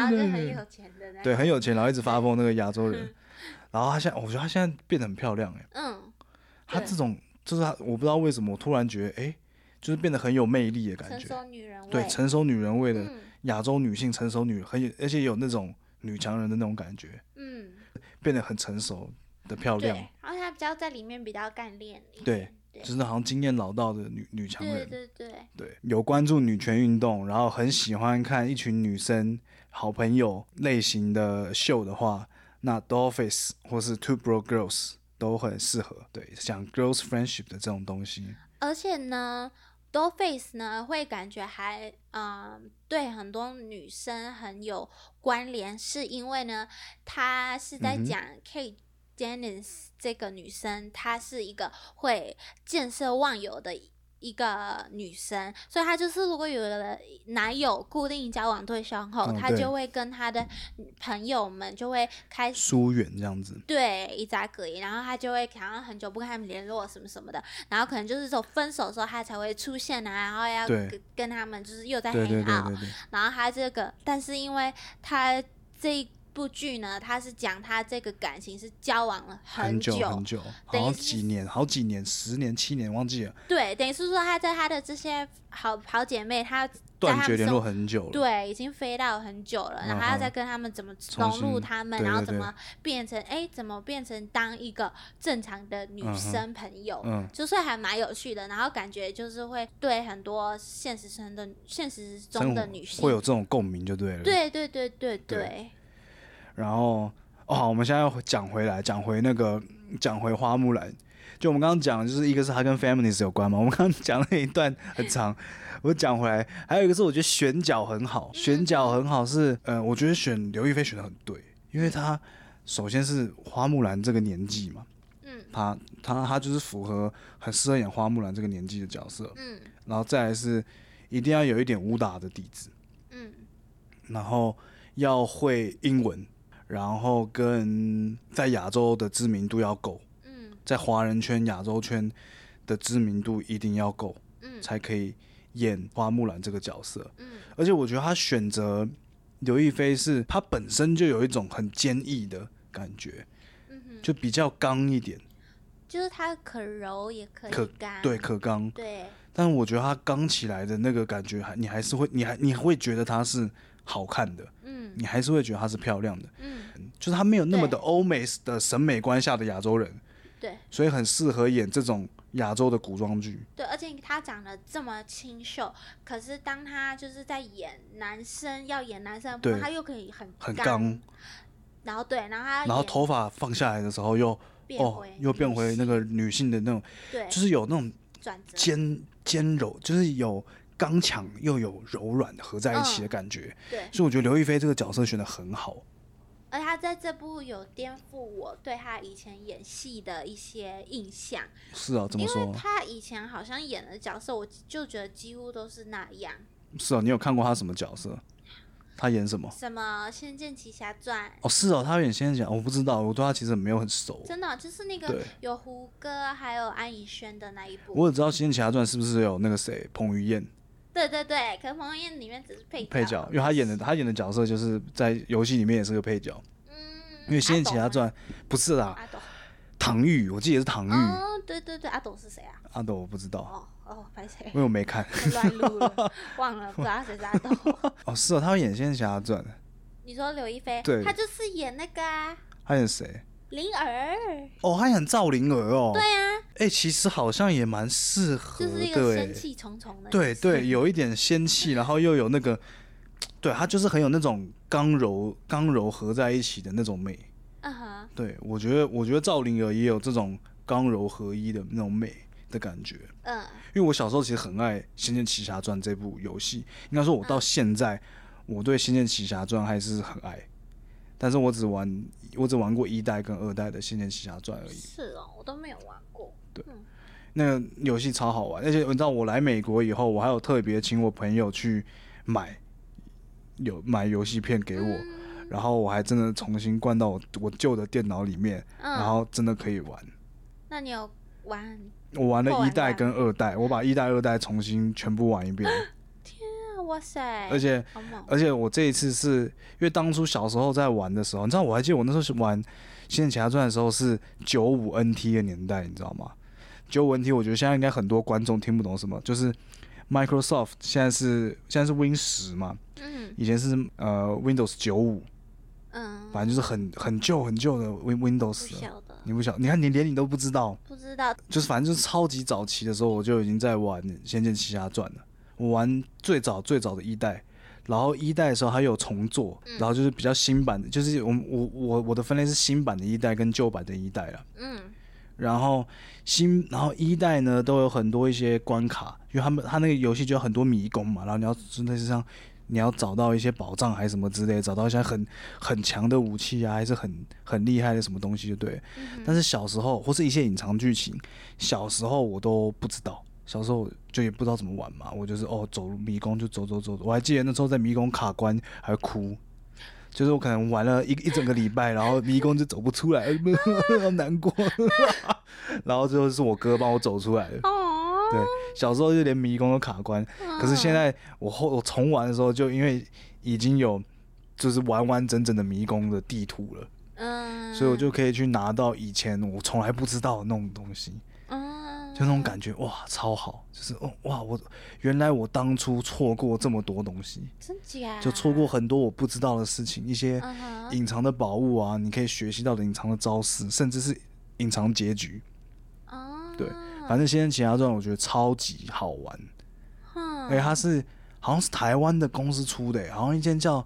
S2: 后就很有钱的那
S1: 对，
S2: 个，
S1: 很有钱，然后一直发疯那个亚洲 人。然后她现在，我觉得她现在变得很漂亮哎、
S2: 嗯，
S1: 她
S2: 对
S1: 这种就是她，我不知道为什么，我突然觉得哎、就是变得很有魅力的感
S2: 成
S1: 觉。
S2: 熟女人味，
S1: 对成熟女人味的
S2: 嗯
S1: 亚洲女性，成熟女人很有，而且有那种女强人的那种感觉，
S2: 嗯，
S1: 变得很成熟的漂
S2: 对
S1: 亮，，
S2: 然后她比较在里面比较干练一
S1: 对
S2: 点，对
S1: 就是好像经验老道的女女强
S2: 对
S1: 人。
S2: 对对，
S1: 对，有关注女权运动，然后很喜欢看一群女生好朋友类型的秀的话，那 Dollface 或是 Two Bro Girls 都很适合。对，讲 girls friendship 的这种东西，
S2: 而且呢。Dollface 呢，会感觉还嗯，对很多女生很有关联，是因为呢，她是
S1: 嗯
S2: 在
S1: 哼
S2: 讲 Kate Dennis 这个女生，她是一个会见色忘友的一个女生，所以她就是如果有了男友固定交往对象后，
S1: 嗯
S2: 她
S1: 对
S2: 就会跟她的朋友们就会开始。
S1: 疏远这样子。
S2: 对，一扎隔离，然后她就会好像很久不跟他们联络什么什么的，然后可能就是从分手的时候她才会出现啊，然后要
S1: 对
S2: 跟跟他们就是又在
S1: 对对
S2: hang
S1: 对
S2: out，
S1: 对对，
S2: 然后他这个，但是因为他这一部剧呢，他是讲他这个感情是交往了
S1: 很
S2: 久，
S1: 久很久，
S2: 等于
S1: 好
S2: 是
S1: 几年，好几年，十年、七年，忘记了。
S2: 对，等于是说他在他的这些好好姐妹，他在
S1: 断
S2: 他
S1: 绝
S2: 们
S1: 联
S2: 生
S1: 络
S2: 活。
S1: 很久了。
S2: 对，已经飞到很久了，然后
S1: 嗯
S2: 要
S1: 哼
S2: 再跟他们怎么
S1: 重
S2: 融入
S1: 新
S2: 他们，
S1: 对
S2: 然后
S1: 对
S2: 怎
S1: 对
S2: 么变成哎，怎么变成当一个正常的女
S1: 嗯哼
S2: 生朋友，
S1: 嗯，
S2: 就是还蛮有趣的。然后感觉就是会对很多现实生的现实中
S1: 生
S2: 的
S1: 活
S2: 女性
S1: 会有，这种共鸣就对了。。
S2: 对对对对
S1: 对
S2: 对，
S1: 然后，哦，好，我们现在要讲回来，讲回那个，讲回花木兰。就我们刚刚讲，就是一个是它跟 feminist 有关嘛，我们刚刚讲了一段很长，我讲回来，还有一个是我觉得选角很好，选角很好是，呃，我觉得选刘亦菲选的很对，因为她首先是花木兰这个年纪嘛，
S2: 嗯
S1: 她她她就是符合很适合演花木兰这个年纪的角色，
S2: 嗯
S1: 然后再来是一定要有一点武打的底子，
S2: 嗯。
S1: 然后要会英文，然后跟在亚洲的知名度要够，
S2: 嗯
S1: 在华人圈、亚洲圈的知名度一定要够，
S2: 嗯
S1: 才可以演花木兰这个角色。
S2: 嗯
S1: 而且我觉得他选择刘亦菲是，她本身就有一种很坚毅的感觉，
S2: 嗯哼，
S1: 就比较刚一点，
S2: 就是它可柔也可
S1: 可
S2: 以干，
S1: 对，可刚。
S2: 对
S1: 但我觉得她刚起来的那个感觉，还你还是会，你还你会觉得她是好看的，
S2: 嗯
S1: 你还是会觉得她是漂亮的。
S2: 嗯
S1: 就是他没有那么的
S2: 对
S1: 欧美的审美观下的亚洲人，
S2: 对
S1: 所以很适合演这种亚洲的古装剧。
S2: 对，而且他长得这么清秀，可是当他就是在演男生要演男生的部分，
S1: 对
S2: 他又可以很
S1: 很
S2: 刚
S1: 刚，，
S2: 然后对，然后他
S1: 然后
S2: 演
S1: 头发放下来的时候又
S2: 变
S1: 哦
S2: 回，
S1: 又变
S2: 女
S1: 回那个女性的那种，
S2: 对
S1: 就是有那种
S2: 转折，
S1: 坚坚柔，就是有刚强又有柔软合在一起的感觉。
S2: 对，
S1: 所以我觉得刘亦菲这个角色选的很好。
S2: 而他在这部有颠覆我对他以前演戏的一些印象，
S1: 是啊，怎么
S2: 因为
S1: 说？
S2: 他以前好像演的角色，我就觉得几乎都是那样，
S1: 是啊，你有看过她什么角色？她演什么？
S2: 什么《仙剑奇侠传
S1: 哦，是哦，她演仙人掌，我不知道，我对她其实没有很》，熟。
S2: 真的哦、就是那个
S1: 对
S2: 有胡歌还有安以轩的那一部，
S1: 我只知道《仙剑奇侠传》是不是有那个谁彭于晏
S2: 对对对，可是彭于晏里面只是配
S1: 配角，因为他演的他演的角色就是在游戏里面也是个配角，
S2: 嗯，
S1: 因为《仙剑
S2: 阿
S1: 奇侠
S2: 斗吗
S1: 传》不是
S2: 哦
S1: 啦，
S2: 阿斗，
S1: 唐钰，我记得是唐钰，
S2: 哦，对对对，阿斗是谁啊？
S1: 阿斗我不知道，
S2: 哦哦，拍谁
S1: 因？为我没看。
S2: 乱录了，忘了，不知道谁是阿斗。
S1: 哦，是哦，他演《仙剑奇侠传》，
S2: 你说刘亦菲，
S1: 对
S2: 她就是演那个啊，
S1: 他演谁？
S2: 灵儿，
S1: 哦，他演赵灵儿哦。
S2: 对啊，
S1: 哎、其实好像也蛮适合
S2: 就是一
S1: 的
S2: 个
S1: 哎、
S2: 仙气重重的女
S1: 对
S2: 生，
S1: 对，有一点仙气，然后又有那个，对他就是很有那种刚柔刚柔合在一起的那种美。
S2: 嗯哼，
S1: 对，我觉得，我觉得赵灵儿也有这种刚柔合一的那种美的感觉。
S2: 嗯，
S1: 因为我小时候其实很爱《仙剑奇侠传》这部游戏，应该说我到
S2: 嗯
S1: 现在，我对《仙剑奇侠传》还是很爱，但是我只玩，我只玩过一代跟二代的《仙剑奇侠传》而已。
S2: 是哦，我都没有玩过，
S1: 那个游戏超好玩，而且你知道我来美国以后，我还有特别请我朋友去买有买游戏片给我，
S2: 嗯
S1: 然后我还真的重新灌到我我旧的电脑里面，然
S2: 嗯，
S1: 后真的可以玩。
S2: 那你有玩？
S1: 我玩
S2: 后
S1: 了
S2: 玩
S1: 一代
S2: 完
S1: 跟二代，我把一代、二代重新全部玩一遍，
S2: 啊哇塞，
S1: 而且
S2: 好猛，
S1: 而且我这一次是因为当初小时候在玩的时候，你知道我还记得我那时候是玩《仙剑奇侠传》的时候是九五 NT 的年代，你知道吗？九五 NT 我觉得现在应该很多观众听不懂什么，就是 Microsoft 现在是现在是 Win 十嘛，
S2: 嗯
S1: 以前是呃 Windows 九五，
S2: 嗯，
S1: 反正就是很很旧很旧的 Win
S2: 不
S1: Windows 了。
S2: 晓得，
S1: 你不晓，你看你连你都不知道，
S2: 不知道，
S1: 就是反正就是超级早期的时候，我就已经在玩《仙剑奇侠传》了。我玩最早最早的一代，然后一代的时候还有重做，然后就是比较新版的，就是我们我我我的分类是新版的一代跟旧版的一代了。
S2: 嗯
S1: 然后新，然后一代呢都有很多一些关卡，因为他们他那个游戏就有很多迷宫嘛，然后你要真的是像你要找到一些宝藏还是什么之类，找到一些很很强的武器啊，还是很很厉害的什么东西，就对了。但是小时候或是一些隐藏剧情，小时候我都不知道，小时候就也不知道怎么玩嘛，我就是哦走迷宫就走走走，我还记得那时候在迷宫卡关还哭。就是我可能玩了一一整个礼拜，然后迷宫就走不出来， 好难过。然后最后是我哥帮我走出来的。
S2: 哦，
S1: 对，小时候就连迷宫都卡关，可是现在我后我重玩的时候，就因为已经有就是完完整整的迷宫的地图了，
S2: 嗯，
S1: 所以我就可以去拿到以前我从来不知道的那种东西，
S2: 嗯，
S1: 就那种感觉哇，超好！就是哦哇，我原来我当初错过这么多东西，
S2: 真假，
S1: 就错过很多我不知道的事情，一些
S2: 啊嗯哼，
S1: 隐藏的宝物啊，你可以学习到的隐藏的招式，甚至是隐藏结局。
S2: 哦，
S1: 对，反正《仙剑奇侠传》我觉得超级好玩，
S2: 哼，
S1: 而且它是哎好像是台湾的公司出的、好像一间叫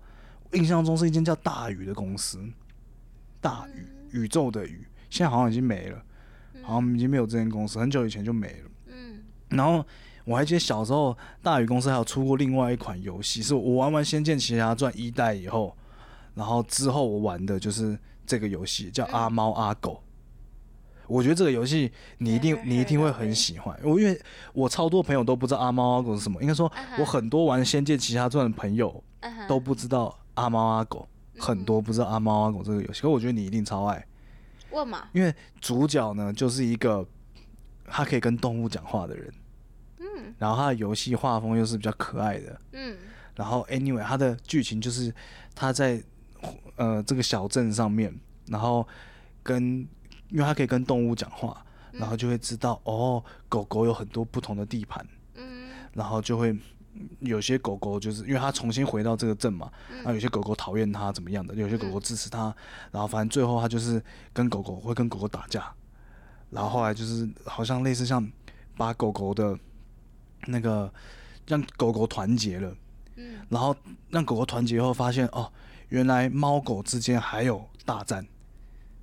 S1: 印象中是一间叫大宇的公司，大宇宇宙的宇，现在好像已经没了，好像已经没有这间公司，很久以前就没了。
S2: 嗯
S1: 然后我还记得小时候大宇公司还有出过另外一款游戏，是我玩完《仙剑奇侠传》一代以后，然后之后我玩的就是这个游戏，
S2: 嗯
S1: 叫《阿猫阿狗》。我觉得这个游戏你一定
S2: Never
S1: 你一定会
S2: heard of
S1: 很
S2: it
S1: 喜欢，我因为我超多朋友都不知道阿猫阿狗是什么，应该说
S2: 啊哈
S1: 我很多玩《仙剑奇侠传》的朋友
S2: 嗯哼，
S1: 都不知道阿猫阿狗，很多不知道阿猫阿狗这个游戏，可我觉得你一定超爱，
S2: 问嘛，
S1: 因为主角呢就是一个他可以跟动物讲话的人，嗯，然后他的游戏画风又是比较可爱的，
S2: 嗯
S1: 然后 anyway 他的剧情就是他在呃这个小镇上面，然后跟因为他可以跟动物讲话，然后就会知道、哦狗狗有很多不同的地盘，
S2: 嗯
S1: 然后就会嗯有些狗狗就是因为它重新回到这个镇嘛，
S2: 嗯
S1: 啊，有些狗狗讨厌它怎么样的，有些狗狗支持它，然后反正最后它就是跟狗狗会跟狗狗打架，然后后来就是好像类似像把狗狗的那个让狗狗团结了，
S2: 嗯，
S1: 然后让狗狗团结后发现哦，原来猫狗之间还有大战，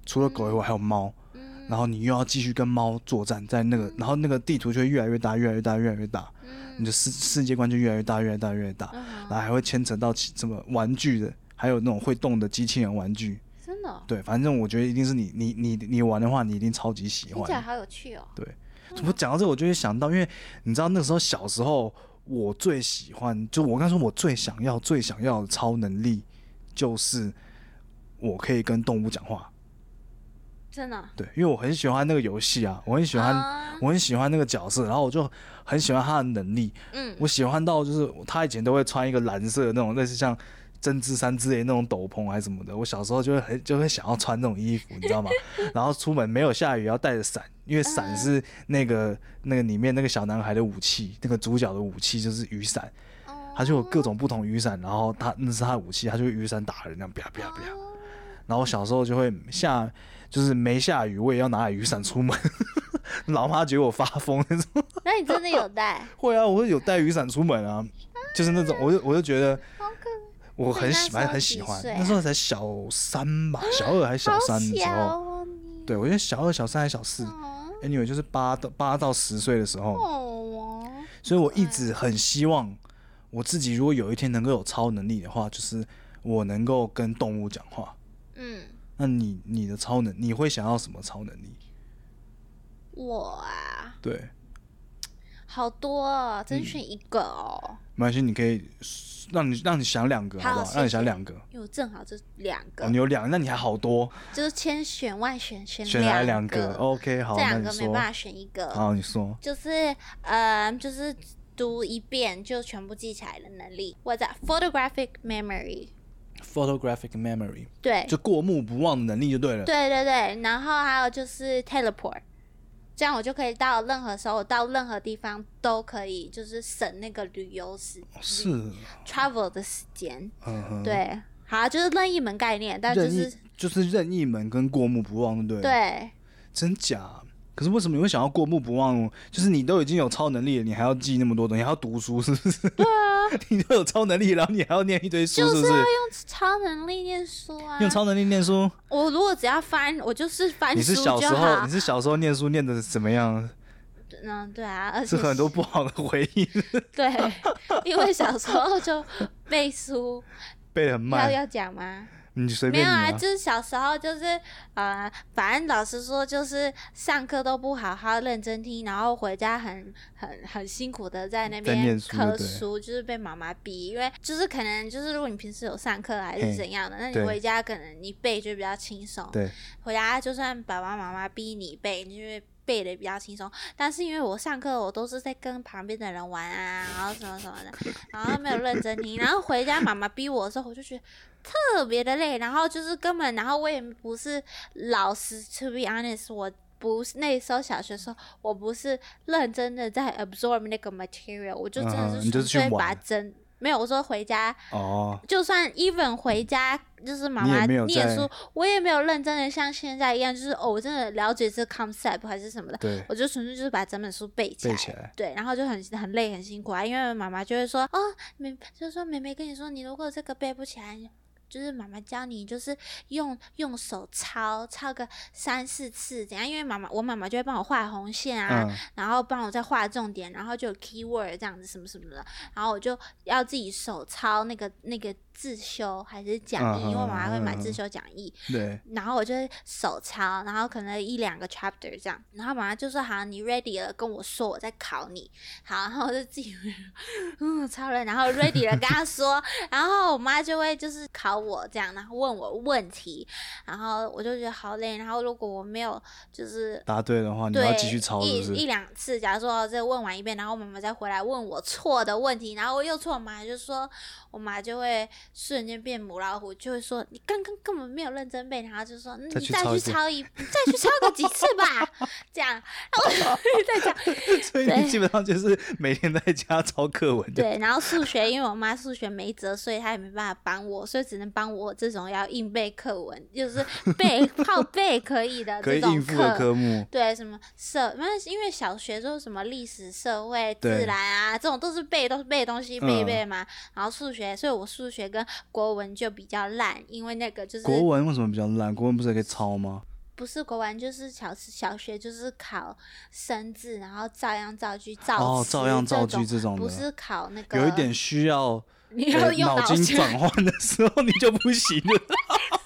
S1: 除了狗以外还有猫，
S2: 嗯
S1: 然后你又要继续跟猫作战，在那个然后那个地图就会越来越大，越来越大，越来越大，你
S2: 嗯
S1: 的世世界观就越来越大，越来越大，越来越大，
S2: 嗯
S1: 然后
S2: 哼，
S1: 还会牵扯到其什么玩具的，还有那种会动的机器人玩具。
S2: 真的哦，
S1: 对，反正我觉得一定是你你你你玩的话，你一定超级喜
S2: 听起来
S1: 欢。
S2: 好有趣哦。
S1: 对，我讲到这，我就会想到，因为你知道那时候小时候，我最喜欢，就我刚说我最想要、最想要的超能力，就是我可以跟动物讲话。
S2: 真的哦，
S1: 对，因为我很喜欢那个游戏啊，我很喜欢，
S2: 啊
S1: 我很喜欢那个角色，然后我就很喜欢他的能力，
S2: 嗯，
S1: 我喜欢到就是他以前都会穿一个蓝色的那种类似像针织衫之类的那种斗篷还是什么的，我小时候就会很就会想要穿那种衣服，你知道吗？ 然后出门没有下雨要带着伞，因为伞是那个那个里面那个小男孩的武器，那个主角的武器就是雨伞，
S2: 哦
S1: 他就有各种不同雨伞，然后他那是他的武器，他就雨伞打人那样啪啪啪。
S2: 哦
S1: 然后小时候就会下就是没下雨我也要拿雨伞出门， 老妈觉得我发疯那种。
S2: 那你真的有带？
S1: 会啊，我会有带雨伞出门啊，就是那种，我
S2: 啊
S1: 就我就觉得
S2: 好可
S1: 我很喜欢
S2: 那
S1: 很
S2: 时
S1: 喜
S2: 候几
S1: 欢，
S2: 岁啊啊
S1: 那时候才小三吧，小二还是小
S2: 好
S1: 三的时
S2: 小
S1: 候，
S2: 哦你
S1: 对我觉得小二小三还是小四
S2: 哦
S1: ，anyway 就是八到八到十岁的时候，
S2: 哦，
S1: 所以我一直很希望我自己如果有一天能够有超能力的话，就是我能够跟动物讲话。
S2: 嗯，
S1: 那你你的超能你会想要什么超能力？
S2: 我啊，
S1: 对，
S2: 好多哦，真
S1: 嗯
S2: 选一个哦。
S1: 没关系，你可以让你让你想两个好不
S2: 好
S1: 好？
S2: 谢
S1: 让你想
S2: 谢
S1: 两个，
S2: 因为我正好这两个，
S1: 哦，你有两个，那你还好多。
S2: 就是千选万选选
S1: 选来两
S2: 个
S1: 个，OK，好，
S2: 这
S1: 那
S2: 两
S1: 你
S2: 个没
S1: 说，
S2: 办法选一个，哦
S1: 好，你说，
S2: 就是呃，就是读一遍就全部记起来的能力。我在 photographic memory，
S1: photographic memory，
S2: 对，
S1: 就过目不忘的能力就对了。
S2: 对对对，然后还有就是 teleport，这样我就可以到任何时候，我到任何地方都可以，就是省那个旅游时
S1: 是，
S2: travel 的时间。
S1: 嗯哼，
S2: 对，好，就是任意门概念，但就
S1: 任
S2: 是
S1: 意就是任意门跟过目不忘，对不对？，
S2: 对，
S1: 真假？可是为什么你会想要过目不忘？就是你都已经有超能力了，你还要记那么多东西，还要读书，是不是？对啊， 你都有超能力，然后你还要念一堆书，是不是？
S2: 用超能力念书啊。
S1: 用超能力念书？
S2: 我如果只要翻，我就是翻
S1: 你
S2: 书
S1: 是小时
S2: 啊就
S1: 候，
S2: 好
S1: 你。是小时候念书念的怎么样？
S2: 嗯，对啊，而
S1: 是
S2: 且
S1: 很多不好的回忆，
S2: 对，因为小时候就背书，
S1: 背得很
S2: 要
S1: 慢。
S2: 要讲吗？
S1: 你随
S2: 没
S1: 便
S2: 有
S1: 你
S2: 啊，
S1: 啊。
S2: 就是小时候就是呃，反正老师说就是上课都不好好认真听，然后回家很很很辛苦的在那
S1: 在念
S2: 边
S1: 书
S2: 磕
S1: 对
S2: 书，就是被妈妈逼，因为就是可能就是如果你平时有上课还
S1: 嘿
S2: 是怎样的，那你
S1: 对
S2: 回家可能你背就比较轻松，
S1: 对，
S2: 回家就算爸爸妈妈逼你背，你就会背的比较轻松。但是因为我上课我都是在跟旁边的人玩啊，然后什么什么的，然后没有认真听。然后回家妈妈逼我的时候，我就觉得特别的累。然后就是根本，然后我也不是老师，to be honest，我。不是那时候小学的时候，我不是认真的在 absorb 那个 material，我就真
S1: 嗯
S2: 的
S1: 你
S2: 是
S1: 就是去
S2: 纯粹把
S1: 玩
S2: 真没有我说回家
S1: 哦，
S2: 就算 even 回家，就是妈
S1: 你也
S2: 妈
S1: 没有在
S2: 念书，我也没有认真的像现在一样，就是哦，我真的了解这 concept 还是什么的，
S1: 对，
S2: 我就纯粹就是把整本书背起来。
S1: 背起来
S2: 对，然后就很很累很辛苦啊，因为妈妈就会说，哦，妹，就是说妹妹跟你说，你如果这个背不起来，就是妈妈教你，就是用用手抄抄个三四次，怎样？因为妈妈我妈妈就会帮我画红线啊，
S1: 嗯，
S2: 然后帮我再画重点，然后就有 keyword 这样子什么什么的，然后我就要自己手抄那个那个自修还是讲义，
S1: 嗯
S2: 因为我妈妈会买
S1: 嗯嗯
S2: 自修讲义，
S1: 对，
S2: 然后我就手抄，然后可能一两个 chapter 这样，然后妈妈就说好，你 ready 了跟我说，我再考你，好，然后我就自己 嗯抄了，然后 ready 了跟她说，然后我妈就会就是考我这样，然后问我问题，然后我就觉得好累，然后如果我没有就是
S1: 答对的话，你
S2: 对，
S1: 要继续抄，是
S2: 一
S1: 不是？
S2: 一两次，假如说这问完一遍，然后妈妈再回来问我错的问题，然后我又错，我妈就说，我妈就会瞬间变母老虎，就会说你刚刚根本没有认真背，然后就说、嗯
S1: 再
S2: 你
S1: 去
S2: 再
S1: 抄一
S2: 去
S1: 遍
S2: 抄一，你再去抄个几次吧， 这样，然后我再讲，
S1: 所以你基本上就是每天在家抄课文的。
S2: 对，然后数学，因为我妈数学没辙，所以她也没办法帮我，所以只能帮我这种要硬背课文，就是 背靠背可以的
S1: 可以
S2: 这种
S1: 应付的科目，
S2: 对，什么社，那是因为小学就是什么历史、社会、
S1: 对
S2: 自然啊，这种都是背，都是背的东西，
S1: 嗯
S2: 背一背嘛。然后数学，所以我数学跟国文就比较烂，因为那个就是
S1: 国文为什么比较烂？国文不是也可以抄吗？
S2: 不是国文，就是小小学就是考生字，然后照样造句、造
S1: 哦
S2: 词
S1: 照样造句
S2: 这
S1: 这种
S2: 不
S1: 的
S2: 是考那个
S1: 有一点需要
S2: 你
S1: 呃
S2: 啊 要用
S1: 脑
S2: 脑
S1: 筋
S2: 去
S1: 转换的时候，你就不行 了。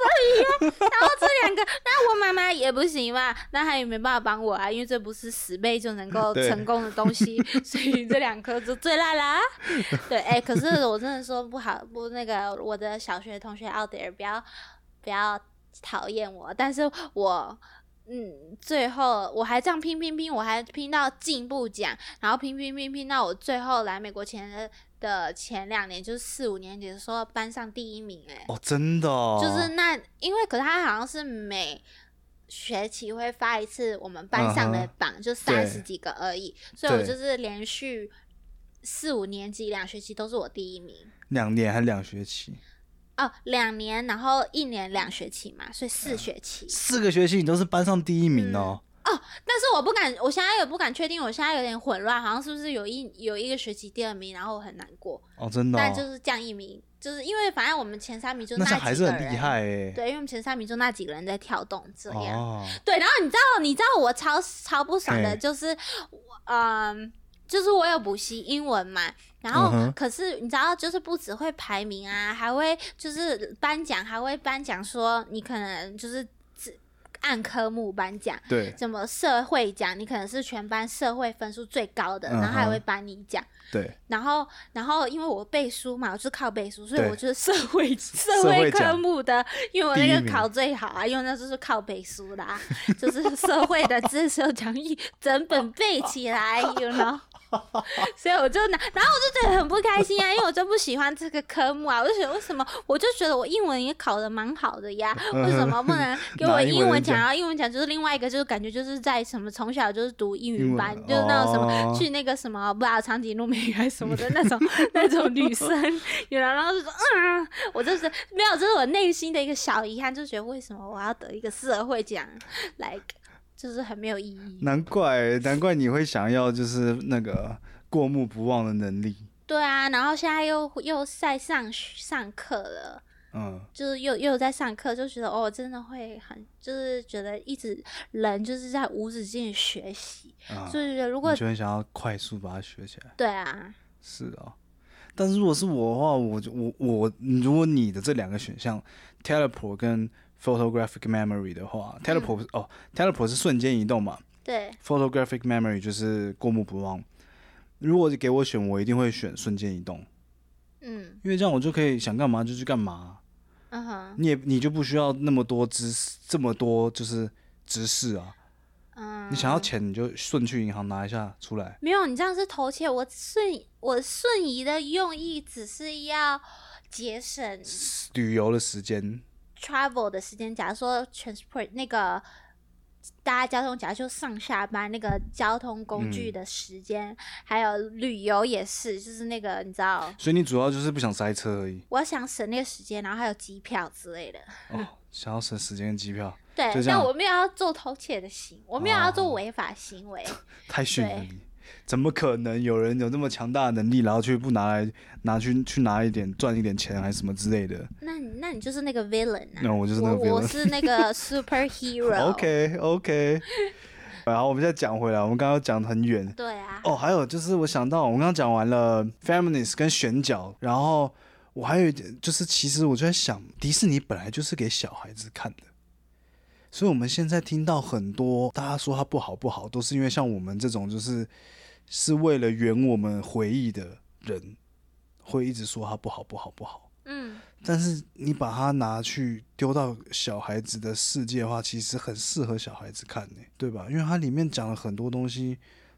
S2: 然后这两个，那我妈妈也不行嘛，那她也没办法帮我啊，因为这不是十倍就能够
S1: 对
S2: 成功的东西，所以这两科就最烂啦。 对，哎、可是我真的说不好，不那个我的小学同学 out there 不要不要讨厌我，但是我。嗯，最后我还这样拼拼拼，我还拼到进步奖，然后拼拼拼拼到我最后来美国前的的前两年，就是四五年级的时候，班上第一名、哎，
S1: 哦，真的、哦，
S2: 就是那，因为可是他好像是每学期会发一次我们班上的
S1: 嗯哼
S2: 榜，就三
S1: 对
S2: 十几个而已，所以我
S1: 对
S2: 就是连续四五年级两学期都是我第一名
S1: 两年还两学期，
S2: 哦，两年，然后一年两学期嘛，所
S1: 嗯
S2: 以四学期。
S1: 四个学期你都是班上第一名哦。
S2: 但是我不敢，我现在也不敢确定，我现在有点混乱，好像是不是有一有一个学期第二名，然后我很难过，
S1: 哦，真的、哦，
S2: 但嗯就是降一名，就是因为反正我们前三名就
S1: 那
S2: 几
S1: 这
S2: 个人，
S1: 还是很厉害哎、
S2: 对，因为我们前三名就那几个人在跳动这样。
S1: 哦，
S2: 对，然后你知道，你知道我超超不爽的
S1: 嘿
S2: 就是，我嗯，就是我有补习英文嘛，然后
S1: 嗯哼
S2: 可是你知道，就是不只会排名啊，还会就是颁奖，还会颁奖说你可能就是只按科目颁奖。
S1: 对
S2: 什么社会奖，你可能是全班社会分数最高的，然后
S1: 嗯哼
S2: 还会颁你奖。
S1: 对，
S2: 然后，然后因为我背书嘛，我是靠背书，所以
S1: 对
S2: 我就是社 会社
S1: 社
S2: 会
S1: 会
S2: 科
S1: 奖
S2: 目的，因为我
S1: 第一
S2: 那个
S1: 名
S2: 考最好啊，因为那就是靠背书的啊， 就是社会的知识讲义整本背起来，you know。所以我就拿，然后我就觉得很不开心啊，因为我就不喜欢这个科目啊，我就觉得为什么，我就觉得我英文也考得蛮好的呀，为什么不能给我
S1: 嗯拿英文
S2: 英文奖？
S1: 奖
S2: 然后英文奖就是另外一个，就是感觉就是在什么从小就是读 英
S1: 英
S2: 语
S1: 文
S2: 班，就是那种什么、
S1: 哦
S2: 去那个什么不知道长颈鹿美语还是什么 的那种那种女生，有人然后就说嗯，我就是没有，这是我内心的一个小遗憾，就觉得为什么我要得一个社会奖来。就是很没有意义。
S1: 难怪难怪你会想要就是那个过目不忘的能力，
S2: 对啊，然后现在又又在上上课了，
S1: 嗯，
S2: 就是又又在上课，就觉得哦，真的会很，就是觉得一直人就是在无止境地学习，
S1: 啊
S2: 就是觉得如果
S1: 你就很想要快速把它学起来。
S2: 对啊，
S1: 是啊，但是如果是我的话，我就我我，如果你的这两个选项，teleport 跟 photographic memory 的话，teleport、哦，teleport 是瞬间移动嘛
S2: 对，
S1: ，photographic memory 就是过目不忘。如果给我选，我一定会选瞬间移动，
S2: 嗯
S1: 因为这样我就可以想干嘛就去干嘛，
S2: 嗯哼
S1: 你也你就不需要那么多知识，这么多就是知识啊。
S2: 嗯，
S1: 你想要钱，你就顺去银行拿一下出来。
S2: 没有，你这样是偷窃。我瞬我瞬移的用意只是要节省
S1: 旅游的时间，
S2: travel 的时间。假如说 transport 那个搭交通，假如就上下班那个交通工具的时间，还有旅游也是，就是那个你知道，
S1: 所以你主要就是不想塞车而已。
S2: 我想省那个时间，然后还有机票之类的。
S1: 哦，想要省时间跟机票，
S2: 对
S1: 就，这
S2: 但
S1: 样
S2: 我没有要做偷窃的行，我没有要做
S1: 哦
S2: 违法行为。
S1: 太逊了
S2: 对
S1: 你！怎么可能有人有这么强大的能力，然后却不拿来拿去去拿一点赚一点钱还是什么之类的
S2: 那你那你就是那个 villain 啊？
S1: 那我就是那个
S2: 我
S1: villain
S2: 是那个 superhero。
S1: ？OK OK，然后我们现在讲回来，我们刚刚讲得很远
S2: 对啊，
S1: 哦，还有就是我想到我们刚刚讲完了 feminist 跟选角，然后我还有一点就是，其实我就在想，迪士尼本来就是给小孩子看的。所以，我们现在听到很多大家说它不好不好，都是因为像我们这种就是是为了圆我们回忆的人，会一直说它不好不好不好。
S2: 嗯，
S1: 但是你把它拿去丢到小孩子的世界的话，其实很适合小孩子看呢、对吧？因为它里面讲了很多东西，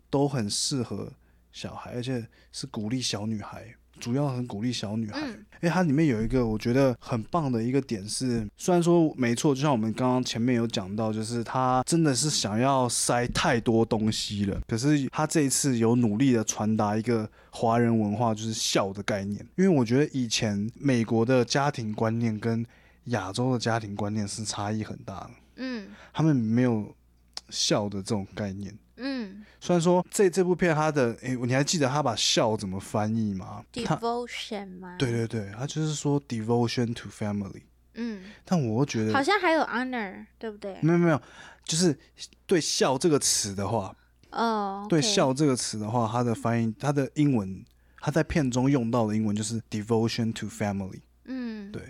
S1: 都很适合小孩，而且是鼓励小女孩。主要很鼓励小女孩。
S2: 嗯
S1: 因为它里面有一个我觉得很棒的一个点是，虽然说没错，就像我们刚刚前面有讲到，就是他真的是想要塞太多东西了，可是他这一次有努力的传达一个华人文化就是孝的概念，因为我觉得以前美国的家庭观念跟亚洲的家庭观念是差异很大的，
S2: 嗯
S1: 他们没有孝的这种概念。
S2: 嗯
S1: 虽然说这这部片它的，诶、你还记得他把孝怎么翻译吗？ 他
S2: ，devotion 吗？
S1: 对，对对，他就是说 devotion to family，
S2: 嗯，
S1: 但我又觉得
S2: 好像还有 honor，对不对？
S1: 没有没有，就是对“孝”这个词的话，
S2: 哦，
S1: 对“
S2: ，OK
S1: 孝”这个词的话，它的翻译，它的英文，它在片中用到的英文就是 devotion to family。
S2: 嗯，
S1: 对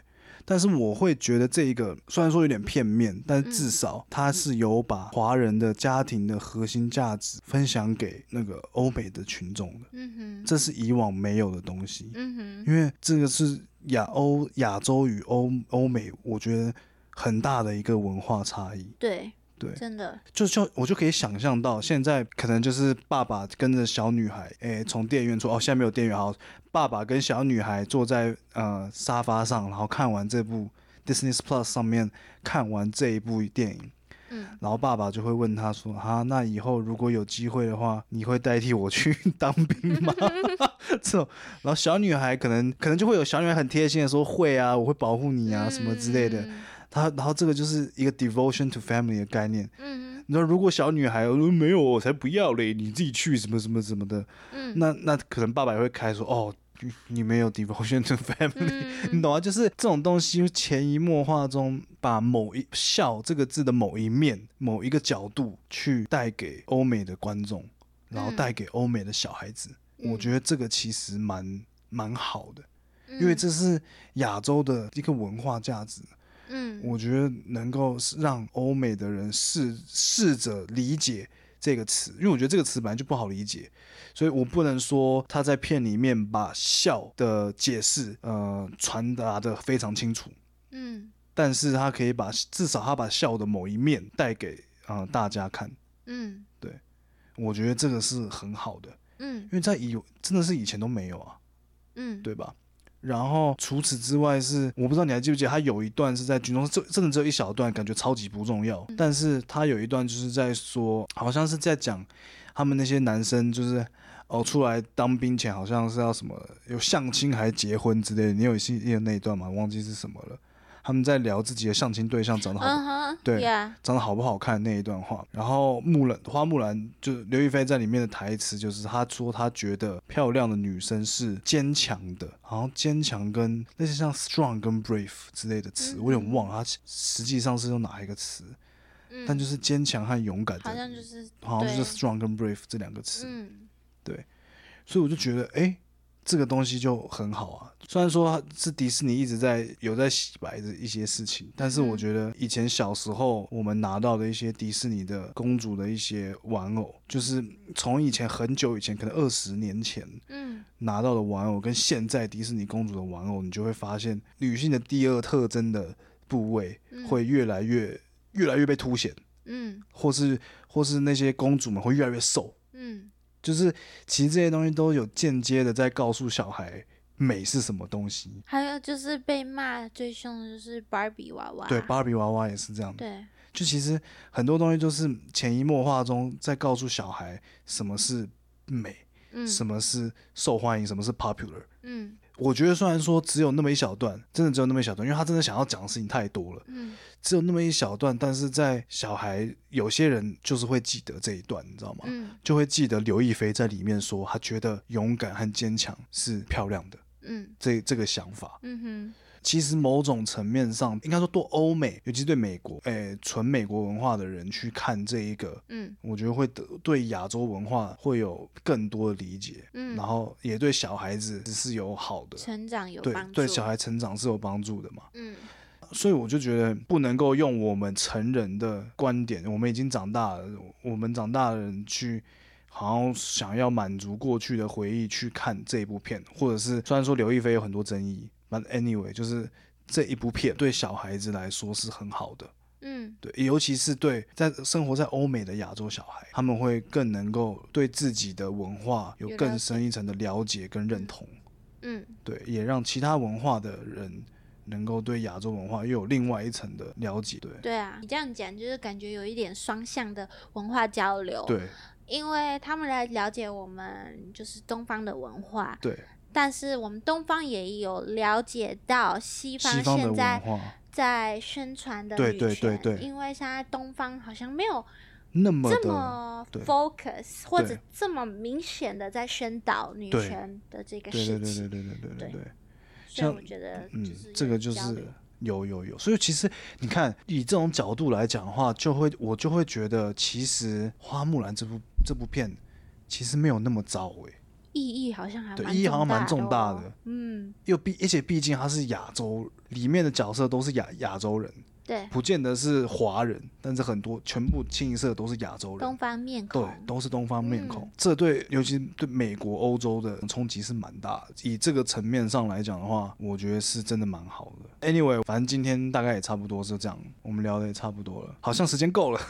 S1: 但是我会觉得这一个虽然说有点片面，但
S2: 嗯
S1: 至少它是有把华人的家庭的核心价值分享给那个欧美的群众的，
S2: 嗯哼，
S1: 这是以往没有的东西。
S2: 嗯哼，
S1: 因为这个是亚欧、亚洲与欧欧美，我觉得很大的一个文化差异。
S2: 对，
S1: 对，
S2: 真的，
S1: 就就我就可以想象到，现在可能就是爸爸跟着小女孩，诶，从电影院出哦，现在没有电影院好，爸爸跟小女孩坐在呃沙发上，然后看完这部 Disney Plus 上面看完这一部电影，
S2: 嗯，
S1: 然后爸爸就会问他说：“啊，那以后如果有机会的话，你会代替我去 当兵吗？” 这种，然后小女孩可能可能就会有小女孩很贴心的说：“会啊，我会保护你啊，什么之类的。
S2: 嗯”
S1: 她然后这个就是一个 devotion to family 的概念。
S2: 嗯
S1: 你知道，如果小女孩我说没有，我才不要嘞，你自己去什么什么什么的，
S2: 嗯
S1: 那那可能爸爸也会开说哦，你你没有 devotion to family，、你
S2: 嗯，
S1: 懂吗？就是这种东西潜移默化中，把某一“笑”这个字的某一面、某一个角度去带给欧美的观众，然后
S2: 嗯
S1: 带给欧美的小孩子，我觉得这个其实蛮蛮好的，因为这是亚洲的一个文化价值。
S2: 嗯，嗯，
S1: 我觉得能够让欧美的人试试着理解这个词，因为我觉得这个词本来就不好理解，所以我不能说他在片里面把孝的解释呃传达的非常清楚，
S2: 嗯
S1: 但是他可以把至少他把孝的某一面带给呃大家看，
S2: 嗯
S1: 我觉得这个是很好的，
S2: 嗯
S1: 因为在以真的是以前都没有啊，
S2: 嗯，
S1: 对吧？然后除此之外是，我不知道你还记不记得，他有一段是在军中，这真的只有一小段，感觉超级不重要。但是他有一段就是在说，好像是在讲他们那些男生就是哦出来当兵前好像是要什么有相亲还结婚之类的，你有记得那一段吗？忘记是什么了。他们在聊自己的相亲对象长得好不
S2: 嗯哼，
S1: 对
S2: 呀，
S1: 长得好不好看那一段话。然后木兰花木兰就是刘亦菲在里面的台词，就是她说她觉得漂亮的女生是坚强的，好像坚强跟类似像 strong 跟 brave 之类的词，
S2: 嗯
S1: 我有点忘了它实际上是用哪一个词，
S2: 嗯
S1: 但就是坚强和勇敢
S2: 好像
S1: 的，
S2: 就是
S1: 好像就是
S2: 对
S1: strong 跟 brave 这两个词。
S2: 嗯
S1: 所以我就觉得，哎、这个东西就很好啊。虽然说它是迪士尼一直在有在洗白的一些事情，但是我觉得以前小时候我们拿到的一些迪士尼的公主的一些玩偶，就是从以前很久以前，可能二十年前
S2: 嗯
S1: 拿到的玩偶，跟现在迪士尼公主的玩偶，你就会发现女性的第二特征的部位
S2: 嗯
S1: 会越来越越来越被凸显，
S2: 嗯
S1: 或是或是那些公主们会越来越瘦。
S2: 嗯
S1: 就是其实这些东西都有间接的在告诉小孩美是什么东西。
S2: 还有就是被骂最凶的就是 Barbie 娃娃，
S1: 对，芭比娃娃也是这样的。
S2: 对，
S1: 就其实很多东西都是潜移默化中在告诉小孩什么是美，
S2: 嗯
S1: 什么是受欢迎，什么是 popular。
S2: 嗯
S1: 我觉得虽然说只有那么一小段，真的只有那么一小段，因为他真的想要讲的事情太多了，
S2: 嗯
S1: 只有那么一小段。但是在小孩有些人就是会记得这一段，你知道吗？
S2: 嗯
S1: 就会记得刘亦菲在里面说，她觉得勇敢和坚强是漂亮的。
S2: 嗯
S1: 这这个想法。
S2: 嗯哼，
S1: 其实某种层面上，应该说对欧美，尤其是对美国，诶，纯美国文化的人去看这一个，
S2: 嗯
S1: 我觉得会得对亚洲文化会有更多的理解，
S2: 嗯，
S1: 然后也对小孩子是有好的，
S2: 成长有
S1: 对
S2: 帮助，
S1: 对小孩成长是有帮助的嘛。
S2: 嗯
S1: 所以我就觉得不能够用我们成人的观点，我们已经长大了，我们长大的人去好像想要满足过去的回忆去看这一部片，或者是虽然说刘亦菲有很多争议，但 anyway 就是这一部片对小孩子来说是很好的。
S2: 嗯
S1: 对，尤其是对在生活在欧美的亚洲小孩，他们会更能够对自己的文化有
S2: 有了
S1: 更
S2: 解
S1: 深一层的了解跟认同。
S2: 嗯，
S1: 对，也让其他文化的人能够对亚洲文化又有另外一层的了解，对，
S2: 对啊，你这样讲就是感觉有一点双向的文化交流，
S1: 对，
S2: 因为他们来了解我们就是东方的文化，
S1: 对，
S2: 但是我们东方也有了解到西
S1: 西
S2: 方
S1: 方的
S2: 现在
S1: 文化
S2: 在宣传的
S1: 对
S2: 女
S1: 对
S2: 权
S1: 对对
S2: 因为现在东方好像没有
S1: 那么
S2: 这
S1: 的，
S2: 么
S1: 对
S2: focus 或者
S1: 对
S2: 这么明显的在宣导女
S1: 对
S2: 权的这个
S1: 对
S2: 事
S1: 对
S2: 情，
S1: 对对对对对对
S2: 对
S1: 对。
S2: 所以
S1: 像
S2: 我觉得
S1: 嗯
S2: 有，
S1: 这个就
S2: 交
S1: 是
S2: 流
S1: 有有有，所以其实你看，以这种角度来讲的话，就会我就会觉得，其实《花木兰》这部这部片其实没有那么糟欸诶、
S2: 意义好像还
S1: 对
S2: 蛮
S1: 意义好像蛮
S2: 重
S1: 重
S2: 大
S1: 大
S2: 的哦
S1: 的
S2: 嗯，
S1: 又毕而且毕竟他是亚洲，里面的角色都是亚亚洲人，
S2: 对，
S1: 不见得是华人，但是很多全部清一色都是亚洲
S2: 东
S1: 人。
S2: 方面
S1: 对
S2: 孔，，
S1: 都是东方面孔，
S2: 嗯
S1: 这对尤其对美国、欧洲的冲击是蛮大的。以这个层面上来讲的话，我觉得是真的蛮好的。Anyway，反正今天大概也差不多是这样，我们聊的也差不多了，好像时间够 了，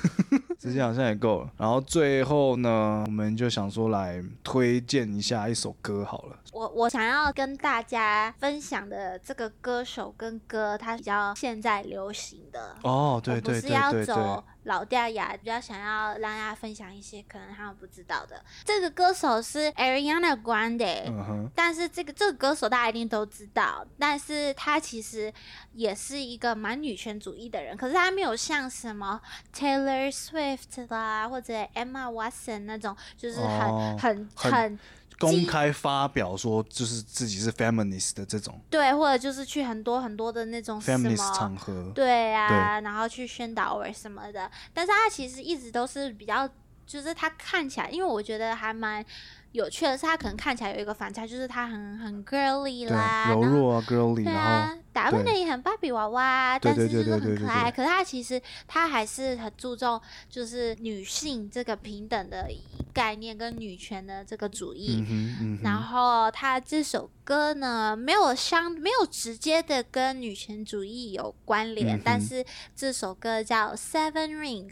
S1: 时间好像也够了。然后最后呢，我们就想说来推荐一下一首歌好了。
S2: 我我想要跟大家分享的这个歌手跟歌，它比较现在流行的。
S1: 哦，对
S2: 我不
S1: 对
S2: 是
S1: 对
S2: 要
S1: 对对
S2: 走，老掉牙，比较想要让大家分享一些可能他们不知道的。这个歌手是 Ariana Grande，、
S1: 嗯哼，
S2: 但是这个这个歌手大家一定都知道，但是他其实也是一个蛮女权主义的人，可是他没有像什么 Taylor Swift 啦，或者 Emma Watson 那种，就是很、
S1: 哦
S2: 很
S1: 很
S2: 很
S1: 公开发表说就是自己是 feminist 的这种
S2: 对，或者就是去很多很多的那种哦什
S1: feminist
S2: 么
S1: 场合，
S2: 对啊，然后去宣导文什么的。但是他其实一直都是比较，就是他看起来，因为我觉得还蛮有趣的是，他可能看起来有一个反差，就是他很很 girly
S1: 对
S2: 啦，，
S1: 柔
S2: 然后
S1: 弱啊，girly，
S2: 对
S1: 然
S2: 啊
S1: 后，
S2: 打扮的也很芭比娃娃，
S1: 对
S2: 但是
S1: 对对
S2: 就是
S1: 对对
S2: 很
S1: 对
S2: 可爱。
S1: 对
S2: 可是他其实他还是很注重就是女性这个平等的概念跟女权的这个主义。
S1: 嗯哼嗯
S2: 然
S1: 哼，
S2: 后他这首歌呢，没有相没有直接的跟女权主义有关
S1: 嗯
S2: 联，
S1: 哼
S2: 但是这首歌叫《Seven Rings》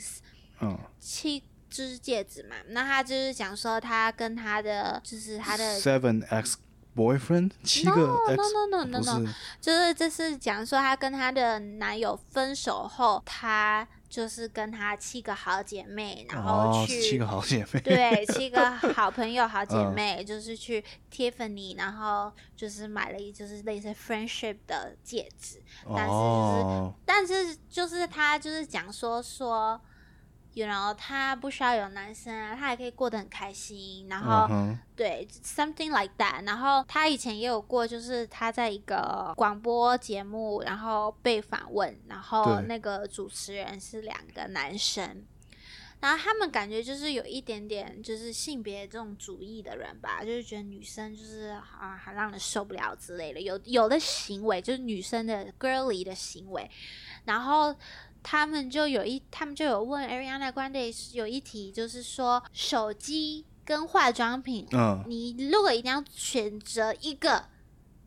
S1: 嗯，
S2: 七只戒指嘛，那他就是讲说他跟他的就是他的
S1: 嗯 seven ex boyfriend 七个 ex
S2: no, no, no, no,
S1: 不是
S2: 就是这是讲说她跟她的男友分手后，她就是跟她七个好姐妹，然后
S1: 哦，
S2: 去、
S1: 是七个好姐妹，
S2: 对七个好朋友好姐
S1: 嗯
S2: 妹，就是去 Tiffany，然后就是买了一就是类似 friendship 的戒指，但是就是
S1: 哦，
S2: 但是就是她就是讲说说。you know，她不需要有男生啊，她还可以过得很开心。然后
S1: 嗯哼，
S2: 对，something like that。然后他以前也有过，就是他在一个广播节目，然后被访问，然后
S1: 对
S2: 那个主持人是两个男生，然后他们感觉就是有一点点就是性别这种主义的人吧，就是觉得女生就是啊，很让人受不了之类的，有有的行为就是女生的 girly 的行为，然后他们就有一，他们就有问 Ariana Grande 是有一题，就是说手机跟化妆品，
S1: 嗯
S2: 你如果一定要选择一个，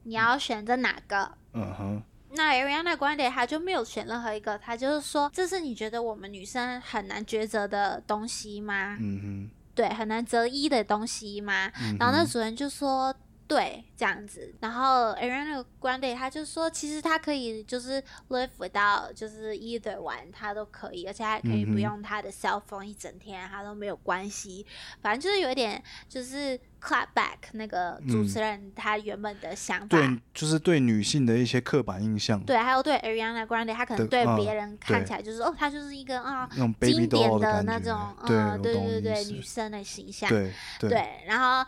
S2: 你要选择哪个？
S1: 嗯哼，
S2: 那 Ariana Grande 她就没有选任何一个，她就是说，这是你觉得我们女生很难抉择的东西吗？
S1: 嗯
S2: 对，很难择一的东西吗？
S1: 哼，
S2: 然后那
S1: 嗯哼
S2: 主人就说。对，这样子。然后 Ariana Grande 他就说，其实他可以就是 live without，就是 either one，他都可以，而且他也可以
S1: 嗯哼
S2: 不用他的 cell phone 一整天，啊他都没有关系。反正就是有一点就是 clap back 那个主持人他原本的想法，
S1: 嗯对，就是对女性的一些刻板印象，
S2: 对，还有对 Ariana Grande，他可能
S1: 对
S2: 对
S1: 嗯
S2: 别人看
S1: 对
S2: 起来就是、哦，他就是一个啊、
S1: 那种 baby
S2: 经
S1: doll
S2: 典
S1: 的
S2: 那
S1: 感
S2: 种
S1: 觉，，
S2: 嗯，
S1: 对
S2: 对
S1: 我懂
S2: 对
S1: 你
S2: 对，
S1: 意
S2: 女
S1: 思，
S2: 生的形象，
S1: 对对，
S2: 对，然后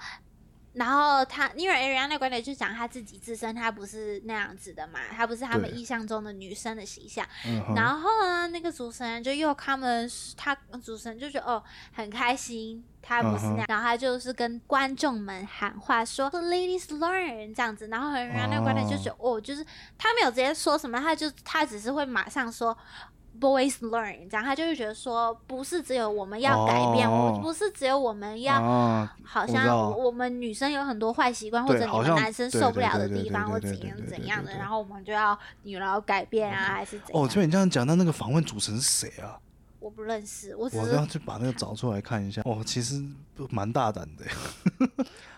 S2: 然后他因为 Ariana Grande 就讲她自己自身，她不是那样子的嘛，她不是他们
S1: 对
S2: 印象中的女生的形象。
S1: 嗯哼，
S2: 然后呢，那个主持人就又他们他主持人就觉得哦很开心，他不是
S1: 嗯
S2: 那样，然后他就是跟观众们喊话说 “Ladies learn” 这样子，然后 Ariana Grande 就觉得哦就是他没有直接说什么，他就他只是会马上说。Boys learn，这样他就会觉得说，不是只有我们要改变，
S1: 哦
S2: 我不是只有我们要
S1: 啊，
S2: 好
S1: 我知道
S2: 像我我们女生有很多坏习惯，或
S1: 对
S2: 者你
S1: 好
S2: 们
S1: 像
S2: 男生
S1: 对
S2: 受
S1: 对
S2: 不了的
S1: 对对
S2: 地
S1: 对
S2: 方，或
S1: 对
S2: 怎
S1: 对
S2: 样
S1: 对
S2: 怎
S1: 对
S2: 样
S1: 对
S2: 的，
S1: 对
S2: 然后我们就要你然后改变啊，还是怎
S1: 哦，
S2: 样？
S1: 就你这样讲，那那个访问主持人是谁啊？
S2: 我不认识，我只
S1: 我
S2: 是
S1: 要去把那个找出来 看一下。哦，其实不蛮大胆的，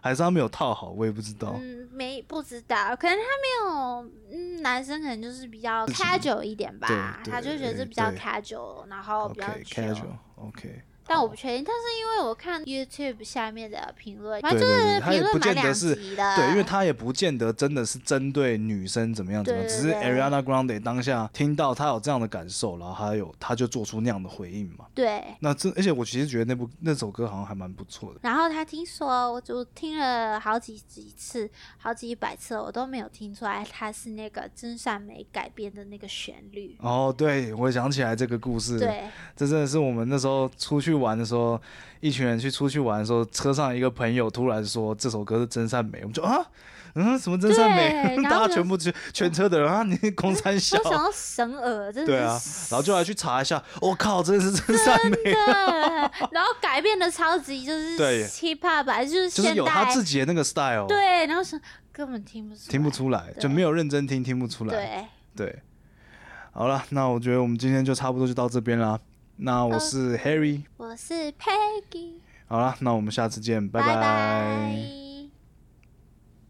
S1: 还是他没有套好，我也不知道。
S2: 嗯，没不知道，可能他没有，嗯，男生可能就是比较
S1: 自己
S2: casual 一点吧，
S1: 对对
S2: 他就觉得这比较
S1: 对
S2: casual，然后哦比较 chill
S1: OK，casual，OK，
S2: 但
S1: 哦
S2: 我不确定，但是因为我看 YouTube 下面的评论，反
S1: 对
S2: 正就
S1: 对对，
S2: 是
S1: 他也
S2: 评
S1: 不
S2: 论蛮
S1: 见
S2: 两
S1: 得是，
S2: 极的，
S1: 对，因为他也不见得真的是针对女生怎么样怎么样，
S2: 对
S1: 只是
S2: 对对
S1: Ariana Grande 当下听到他有这样的感受，然后他有他就做出那样的回应嘛。
S2: 对。
S1: 那这而且我其实觉得那部那首歌好像还蛮不错的，
S2: 然后他听说，我就听了好几几次，好几百次，我都没有听出来他是那个真善美改编的那个旋律。
S1: 哦，对，我想起来这个故事，
S2: 对，
S1: 这真的是我们那时候出去玩的时候，一群人去出去玩的时候，车上一个朋友突然说这首歌是真善美，我们就啊，嗯，什么真善美？
S2: 对然 后
S1: 大家
S2: 就
S1: 全部全全车的人啊，你 公三小
S2: 我，想要神耳， 真的是
S1: 对啊，然后就来去查一下，我、靠，真的是真善美，
S2: 对，然后改变的 超级就是
S1: 啊对
S2: hip hop 吧，就是
S1: 就
S2: 现代，
S1: 是有他自己的那个 style，
S2: 对，然后是根本听不出来，
S1: 听不出来，
S2: 对
S1: 就没有认真听，听不出来，
S2: 对，
S1: 对，好了，那我觉得我们今天就差不多就到这边啦。那
S2: 嗯
S1: 我是 Harry，、
S2: 我是 Peggy，
S1: 好了，那我们下次见，
S2: 拜
S1: 拜
S2: 拜